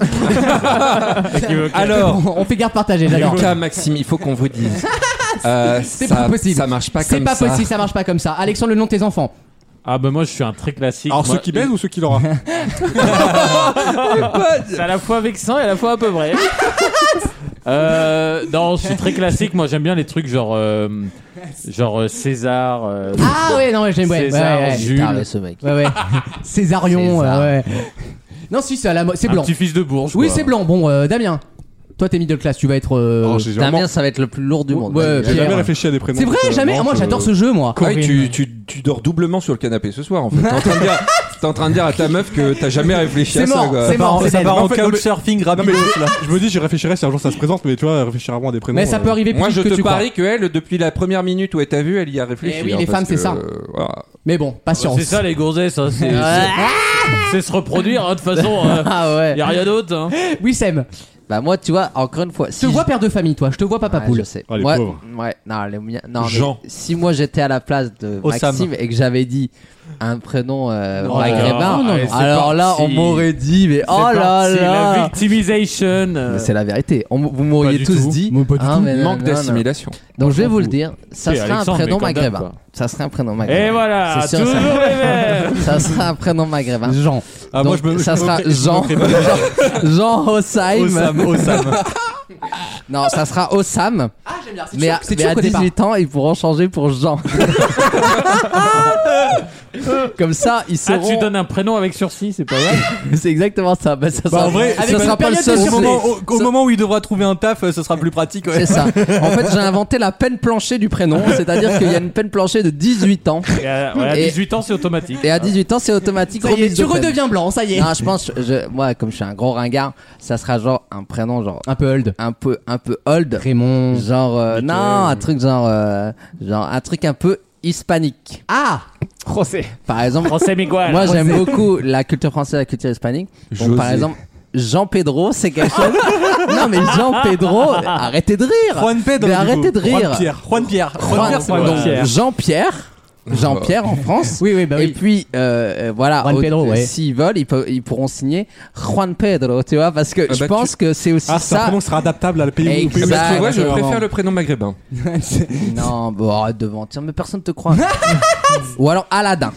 Alors, On fait garde partagée. J'adore. Lucas, Maxime, il faut qu'on vous dise. Euh, C'est ça- pas possible. Ça marche pas C'est comme pas ça. possible, ça marche pas comme ça. Alexandre, le nom de tes enfants. Ah, bah moi, je suis un très classique. Alors Moi, ceux qui baisent ou ceux qui l'aura C'est à la fois vexant et à la fois à peu près. Euh, non, je suis très classique. Moi, j'aime bien les trucs genre, euh, genre euh, César. euh, Ah ouais, non, ouais, j'aime ouais, ouais, César, ouais, Jules. Putain, mais ce mec. ouais, ouais. Césarion, César. euh, ouais. Non, si, c'est à la mo- c'est un blanc. petit fils de Bourges. Oui, quoi. c'est blanc. Bon, euh, Damien, toi, t'es middle class, tu vas être. euh, Oh, J'ai vraiment- Damien, ça va être le plus lourd du monde. Bah, Ouais, j'ai jamais Pierre. réfléchi à des prénoms. C'est vrai, donc, euh, jamais. non, Ah, Moi, je- j'adore ce jeu, moi. Ouais, tu, tu, tu dors doublement sur le canapé ce soir en fait. T'es en train de dire, t'es en train de dire à ta meuf que t'as jamais réfléchi à C'est mort, ça. quoi. c'est mort, c'est Ça Bah, dead. part en fait, non, mais- couchsurfing Non, mais rapide. je- je me dis, j'y réfléchirai si un jour ça se présente, mais tu vois, réfléchir à moi à des prénoms. Mais ça euh, peut arriver plus Moi, je vite que te tu crois. parie que elle, depuis la première minute où elle t'a vu, elle y a réfléchi. Eh oui, les parce femmes, que, c'est ça. euh, Ah, voilà. Mais bon, Bah, patience. C'est ça les gonzesses, hein, c'est c'est- c'est se reproduire hein, de façon. euh, Ah y ouais. a rien d'autre. hein. Oui, Sam, Bah, moi, tu vois, encore une fois. je te vois père de famille, toi. Je te vois papa Ouais, je poule. sais. Ah, les Moi- pauvres. ouais, non, les miens- non, mais Jean. Si moi j'étais à la place de Osam. Maxime et que j'avais dit un prénom euh, Non, maghrébin, Oh non, non, non. alors là on C'est parti. m'aurait dit mais oh C'est là parti, La là. victimisation. euh, Mais Bah, c'est la vérité. On- vous m'auriez du tous tout. dit. Mais pas du ah, tout. mais non, Manque non, d'assimilation. non. Donc je vais vous le dire, ça Oui, serait un Alexandre, prénom hein. mais comme maghrébin. d'hab, quoi. Ça serait un prénom Et maghrébin. voilà, C'est sûr, toujours les mêmes. Ça serait un prénom hein. maghrébin. Jean. Ah, moi, Donc, je me. ça je me sera moquerai- je me Jean, moquerai Jean, Jean Hossein. Osam, Osam. Non, ça sera Osam. Ah, j'aime bien. C'est Mais sûr, à, c'est mais sûr à qu'au départ. 18 ans, ils pourront changer pour Jean. Comme ça, ils Ah, seront. tu donnes un prénom avec sursis, c'est pas mal. C'est exactement ça. Bah, ça sera, en vrai, ça avec une sera pas le période de seul. Au moment, au, au Ça- moment où il devra trouver un taf, euh, ce sera plus pratique. C'est ouais. ça. En fait, j'ai inventé la peine planchée du prénom. C'est-à-dire qu'il y a une peine planchée de 18 ans. Et à, ouais, à Et- 18 ans, c'est automatique. Et à 18 ans, c'est automatique. Ça y est, remise tu de peine. redeviens blanc, ça y est. Non, je pense, je- moi, comme je suis un gros ringard, ça sera genre un prénom, genre Un peu old. un peu, un peu old. Raymond. Genre, euh, non, un truc genre, euh, genre, un truc un peu hispanique. Ah José. Par exemple, Oh, José Miguel. Moi, j'aime beaucoup la culture française et la culture hispanique. Donc, José. par exemple, Jean Pedro, c'est quelque chose. Non, mais Jean Pedro, arrêtez de rire. Juan Pedro, Mais du arrêtez de coup. rire. Juan Pierre, Juan Pierre, Juan Juan- Pierre, c'est Oh. donc, bon. Pierre. Jean-Pierre. Jean-Pierre en France. Oui, oui, bah Et puis, euh, euh, voilà, Juan au- Pedro, ouais. s'ils veulent, ils, peuvent- ils pourront signer Juan Pedro, tu vois, parce que je bah, pense que c'est aussi Ah, c'est un ça. prénom qui sera adaptable à le pays où- au pays où- Eh, Ah, Tu vois, je Exactement. préfère le prénom maghrébin. non, bon, arrête de mentir, mais personne te croit. Ou alors Aladdin.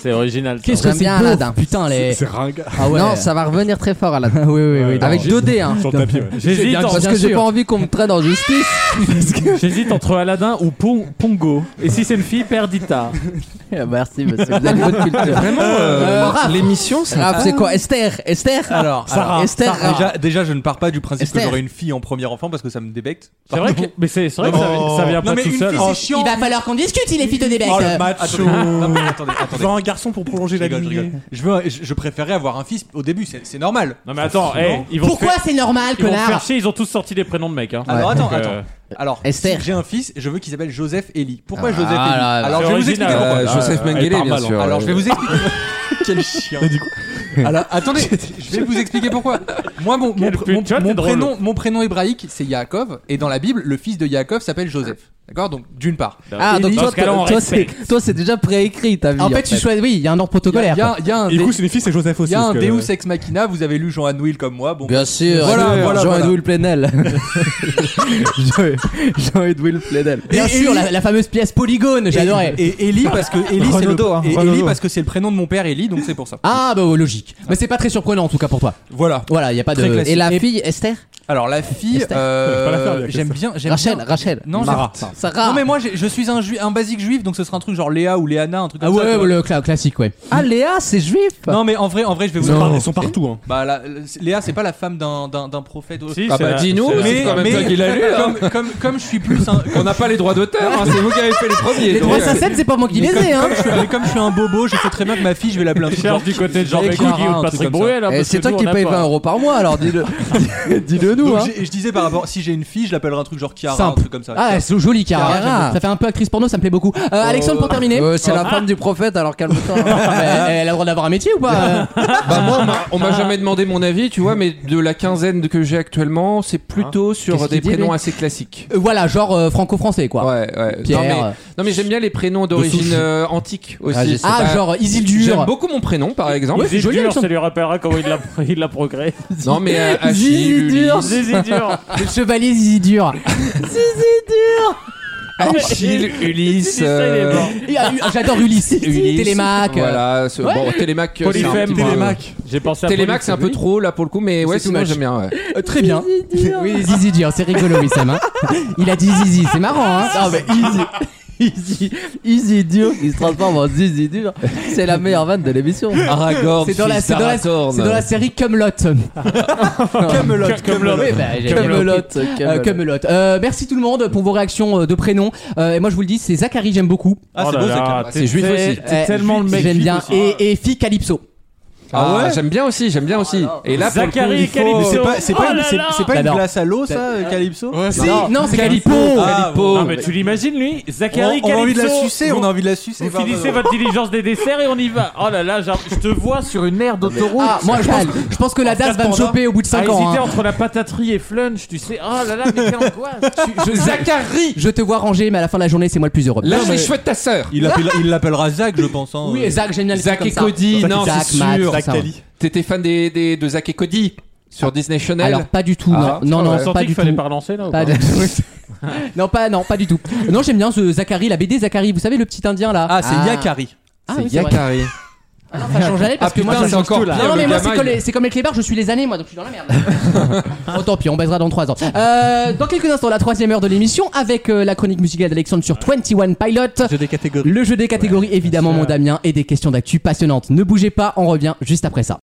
C'est original. ça. Qu'est-ce que J'aime c'est bien pauvre, Aladdin. putain, les- C'est- c'est ringard. Ah ouais. Non, ça va revenir très fort, Aladdin. oui, oui, oui. Avec d'accord. 2D, hein. Sur le tapis, ouais. J'hésite, Parce bien que j'ai sûr. pas envie qu'on me traite en justice. J'hésite entre Aladdin ou Pon- Pongo. Et si c'est une fille, Perdita. Eh, Merci, monsieur. Vous avez une bonne culture. Vraiment, euh, Raph. l'émission, ça- Raph, c'est quoi Esther Esther Alors, Sarah, alors, Esther. Sarah. Déjà, déjà, je ne pars pas du principe Esther. que j'aurai une fille en premier enfant parce que ça me débecte. C'est vrai que- mais c'est c'est vrai que ça, ça vient pas tout seul. Oh, Il va falloir qu'on discute, il est fille de débec. Oh, Euh, le macho. Non, mais attendez, attendez. Genre un garçon pour prolonger Je la rigole, je lignée. rigole. Je veux- je- je préférais avoir un fils au début, c'est c'est normal. Non mais attends, hey, ils vont Pourquoi faire- c'est normal, ils vont connard faire chier, ils ont tous sorti des prénoms de mecs. Hein. Alors Ouais. attends, Donc, attends. euh, Alors, si j'ai un fils, je veux qu'il s'appelle Joseph Eli. Pourquoi Ah, Joseph Eli là, là, Alors, je c'est vais vous original. expliquer pourquoi. Euh, Joseph Ah, Mengele, elle part bien mal, sûr. hein. Alors, je vais vous expliquer. Quel chien. Alors, attendez, je vais vous expliquer pourquoi. Moi, mon, mon, Quel putain, mon- t'es mon drôle. prénom, mon prénom hébraïque, c'est Yaakov, et dans la Bible, le fils de Yaakov s'appelle Joseph. D'accord Donc, d'une part. Ah, donc Eli- toi, toi, toi, c'est- toi, c'est déjà préécrit ta vie. En fait, tu choisis- Oui, il y a un ordre Il y a, il y a- il y a un Et du dé- coup, c'est une fille, c'est Joseph il aussi. y a un parce que- Deus Ex Machina, vous avez lu Jean Anouilh comme moi. Bon, Bien sûr, voilà, Jean- voilà, voilà. Jean-Edouard Plenel. Jean-Edouard Plenel. Bien sûr, la, la fameuse pièce polygone, j'adorais. Et Ellie parce que Ellie, c'est le, Renaudot, hein, et Ellie Renaudot. parce que c'est le prénom de mon père Ellie, donc c'est pour ça. Ah bah ouais, logique. Mais c'est pas très surprenant en tout cas pour toi. Voilà. Voilà, il y a pas de Très classique. Et la fille, Esther Alors la fille, Esther. euh, Pas la faire, la j'aime Esther. bien, j'aime Rachel, bien- Rachel. non, Mara. j'aime- Sarah. Non mais moi, j'ai- je suis un, ju- un basique juif, donc ce sera un truc genre Léa ou Léana, un truc Ah comme ouais, ça. tu vois. le cla- classique, ouais. Ah, Léa, c'est juif Non mais en vrai, en vrai, je vais vous Ils sont parler. par- ils sont partout, hein. Bah la- le- Léa, c'est pas la femme d'un d'un d'un prophète. Si, Ah c'est bah, la- dis-nous, c'est la- c'est mais, quand même mais- toi qui l'as lu, hein. Comme, comme comme je suis plus un, On n'a pas les droits d'auteur, hein, c'est vous qui avez fait les premiers. Les donc, droits euh, SACEM, c'est pas moi qui les ai, hein. comme je suis, mais comme je suis un bobo, je sais très bien que ma fille, je vais l'appeler un truc Cherche genre- du côté de Jean Avec Bécouguy Clara, ou de un Patrick truc comme ça. Bruel, hein, Eh, parce c'est que toi nous, qui on a paye pas- 20 euros par mois, alors dis-le. dis-le nous, Donc, hein. j'ai- je disais par rapport, si j'ai une fille, je l'appellerai un truc genre Chiara, un Simple. truc comme ça. Ah, c'est joli, Cara. Cara. J'aime beaucoup. Ça fait un peu actrice porno, ça me plaît beaucoup. Euh, Alexandre, pour terminer. Oh. Euh, c'est la femme du prophète, alors calme-toi. Euh, elle a le droit d'avoir un métier ou pas euh Bah moi, on m'a- on m'a jamais demandé mon avis, tu vois, mais de la quinzaine que j'ai actuellement, c'est Hein plutôt sur Qu'est-ce des qu'il dit, prénoms lui assez classiques. Euh, Voilà, genre euh, franco-français, quoi. Ouais, ouais. Pierre. euh, Non mais, non, mais j'aime bien les prénoms d'origine souche. euh, antique aussi. Ah, je sais Ah, pas. genre Isildur. J'aime beaucoup mon prénom, par exemple. Ouais, c'est joli, Dur, Alexandre. ça lui rappellera comment il l'a, il l'a progrès. Non mais euh, Achille, Isildur. Ulysse. Zizidur. Le chevalier Zizidur. Achille, Ulysse. euh, Il y a eu- ah, J'adore Ulysse. Ulysse. Télémaque. euh, Voilà, ce- Ouais. bon, Télémaque. euh, c'est un Polyphème. petit peu- moi. J'ai pensé à Télémaque, c'est un peu trop là pour le coup, mais ouais, C'est too sinon much. j'aime bien. ouais. euh, très bien. Oui, Zizidur, c'est rigolo, oui, Sam. hein. Il a dit Zizi, c'est marrant, hein. Ah, mais easy. Easy, easy dur qui se transforme en zizi dur. C'est la meilleure vanne de l'émission. Aragorn, C'est dans, la, fils c'est, dans la, d'Arathorn. c'est dans la série Camelot. Camelot, Camelot. Oui, bah, j'ai- Camelot, Euh, Camelot. Camelot. Euh, merci tout le monde pour vos réactions euh, de prénoms. Euh, et moi je vous le dis, c'est Zachary, j'aime beaucoup. Ah, Oh c'est là beau, là, Zachary. t'es- c'est juif t'es- aussi. T'es Eh, tellement le mec J'aime juif bien. aussi. Et, et Fille Calypso. Ah Ah ouais ouais, j'aime bien aussi, j'aime bien aussi. Et là, pour le coup, Zachary il faut- Calypso. c'est C'est pas- pas, c'est pas Oh une, là c'est- là. c'est pas une J'adore. glace à l'eau, ça, euh, Calypso Si, non, c'est Calypso. Ah, Calypso. Non mais tu l'imagines lui Zachary Oh. on, on a envie de la Calypso. sucer, on a envie de la sucer. Vous finissez votre diligence des desserts et on y va. Oh là là, genre, je te vois sur une aire d'autoroute. Ah, moi je pense, je pense que la DAS va me choper au bout de Ah, à 5 ans. hésiter hein. entre la pataterie et flunch, tu sais. Oh là là, mais quelle angoisse. Je- je- Je te vois ranger, mais à la fin de la journée, c'est moi le plus heureux. Lâche les cheveux de ta sœur. Il l'appelle- il l'appellera Zach, je pense. hein. Oui, et Zach, j'aime bien les Zach trucs et comme ça. Cody, Zach, non, Zach, c'est Matt, sûr. tout ça, ouais. T'étais fan des, des- de Zach et Cody sur Disney Channel Alors pas du tout, Ah, non, On non, non, sentait pas qu'il du fallait tout. pas relancer là ou Pas pas du tout. non, pas, non, pas du tout. Non, j'aime bien ce Zachary, la BD Zachary, vous savez, le petit indien là. Ah, c'est Ah. Yakari. Ah, C'est oui, c'est vrai. Yakari. Ah non, ça change jamais parce Ah, que moi, putain, je c'est change encore tout, là. pire, Non, le mais moi, gamin, c'est comme, il- les- c'est comme les clébards, je suis les années, moi, donc je suis dans la merde. oh, tant pis, on baisera dans 3 ans. Euh, dans quelques instants, la troisième heure de l'émission avec euh, la chronique musicale d'Alexandre sur 21 Pilot. Jeu des catégories. Le jeu des catégories, évidemment, mon Damien, et des questions d'actu passionnantes. Ne bougez pas, on revient juste après ça.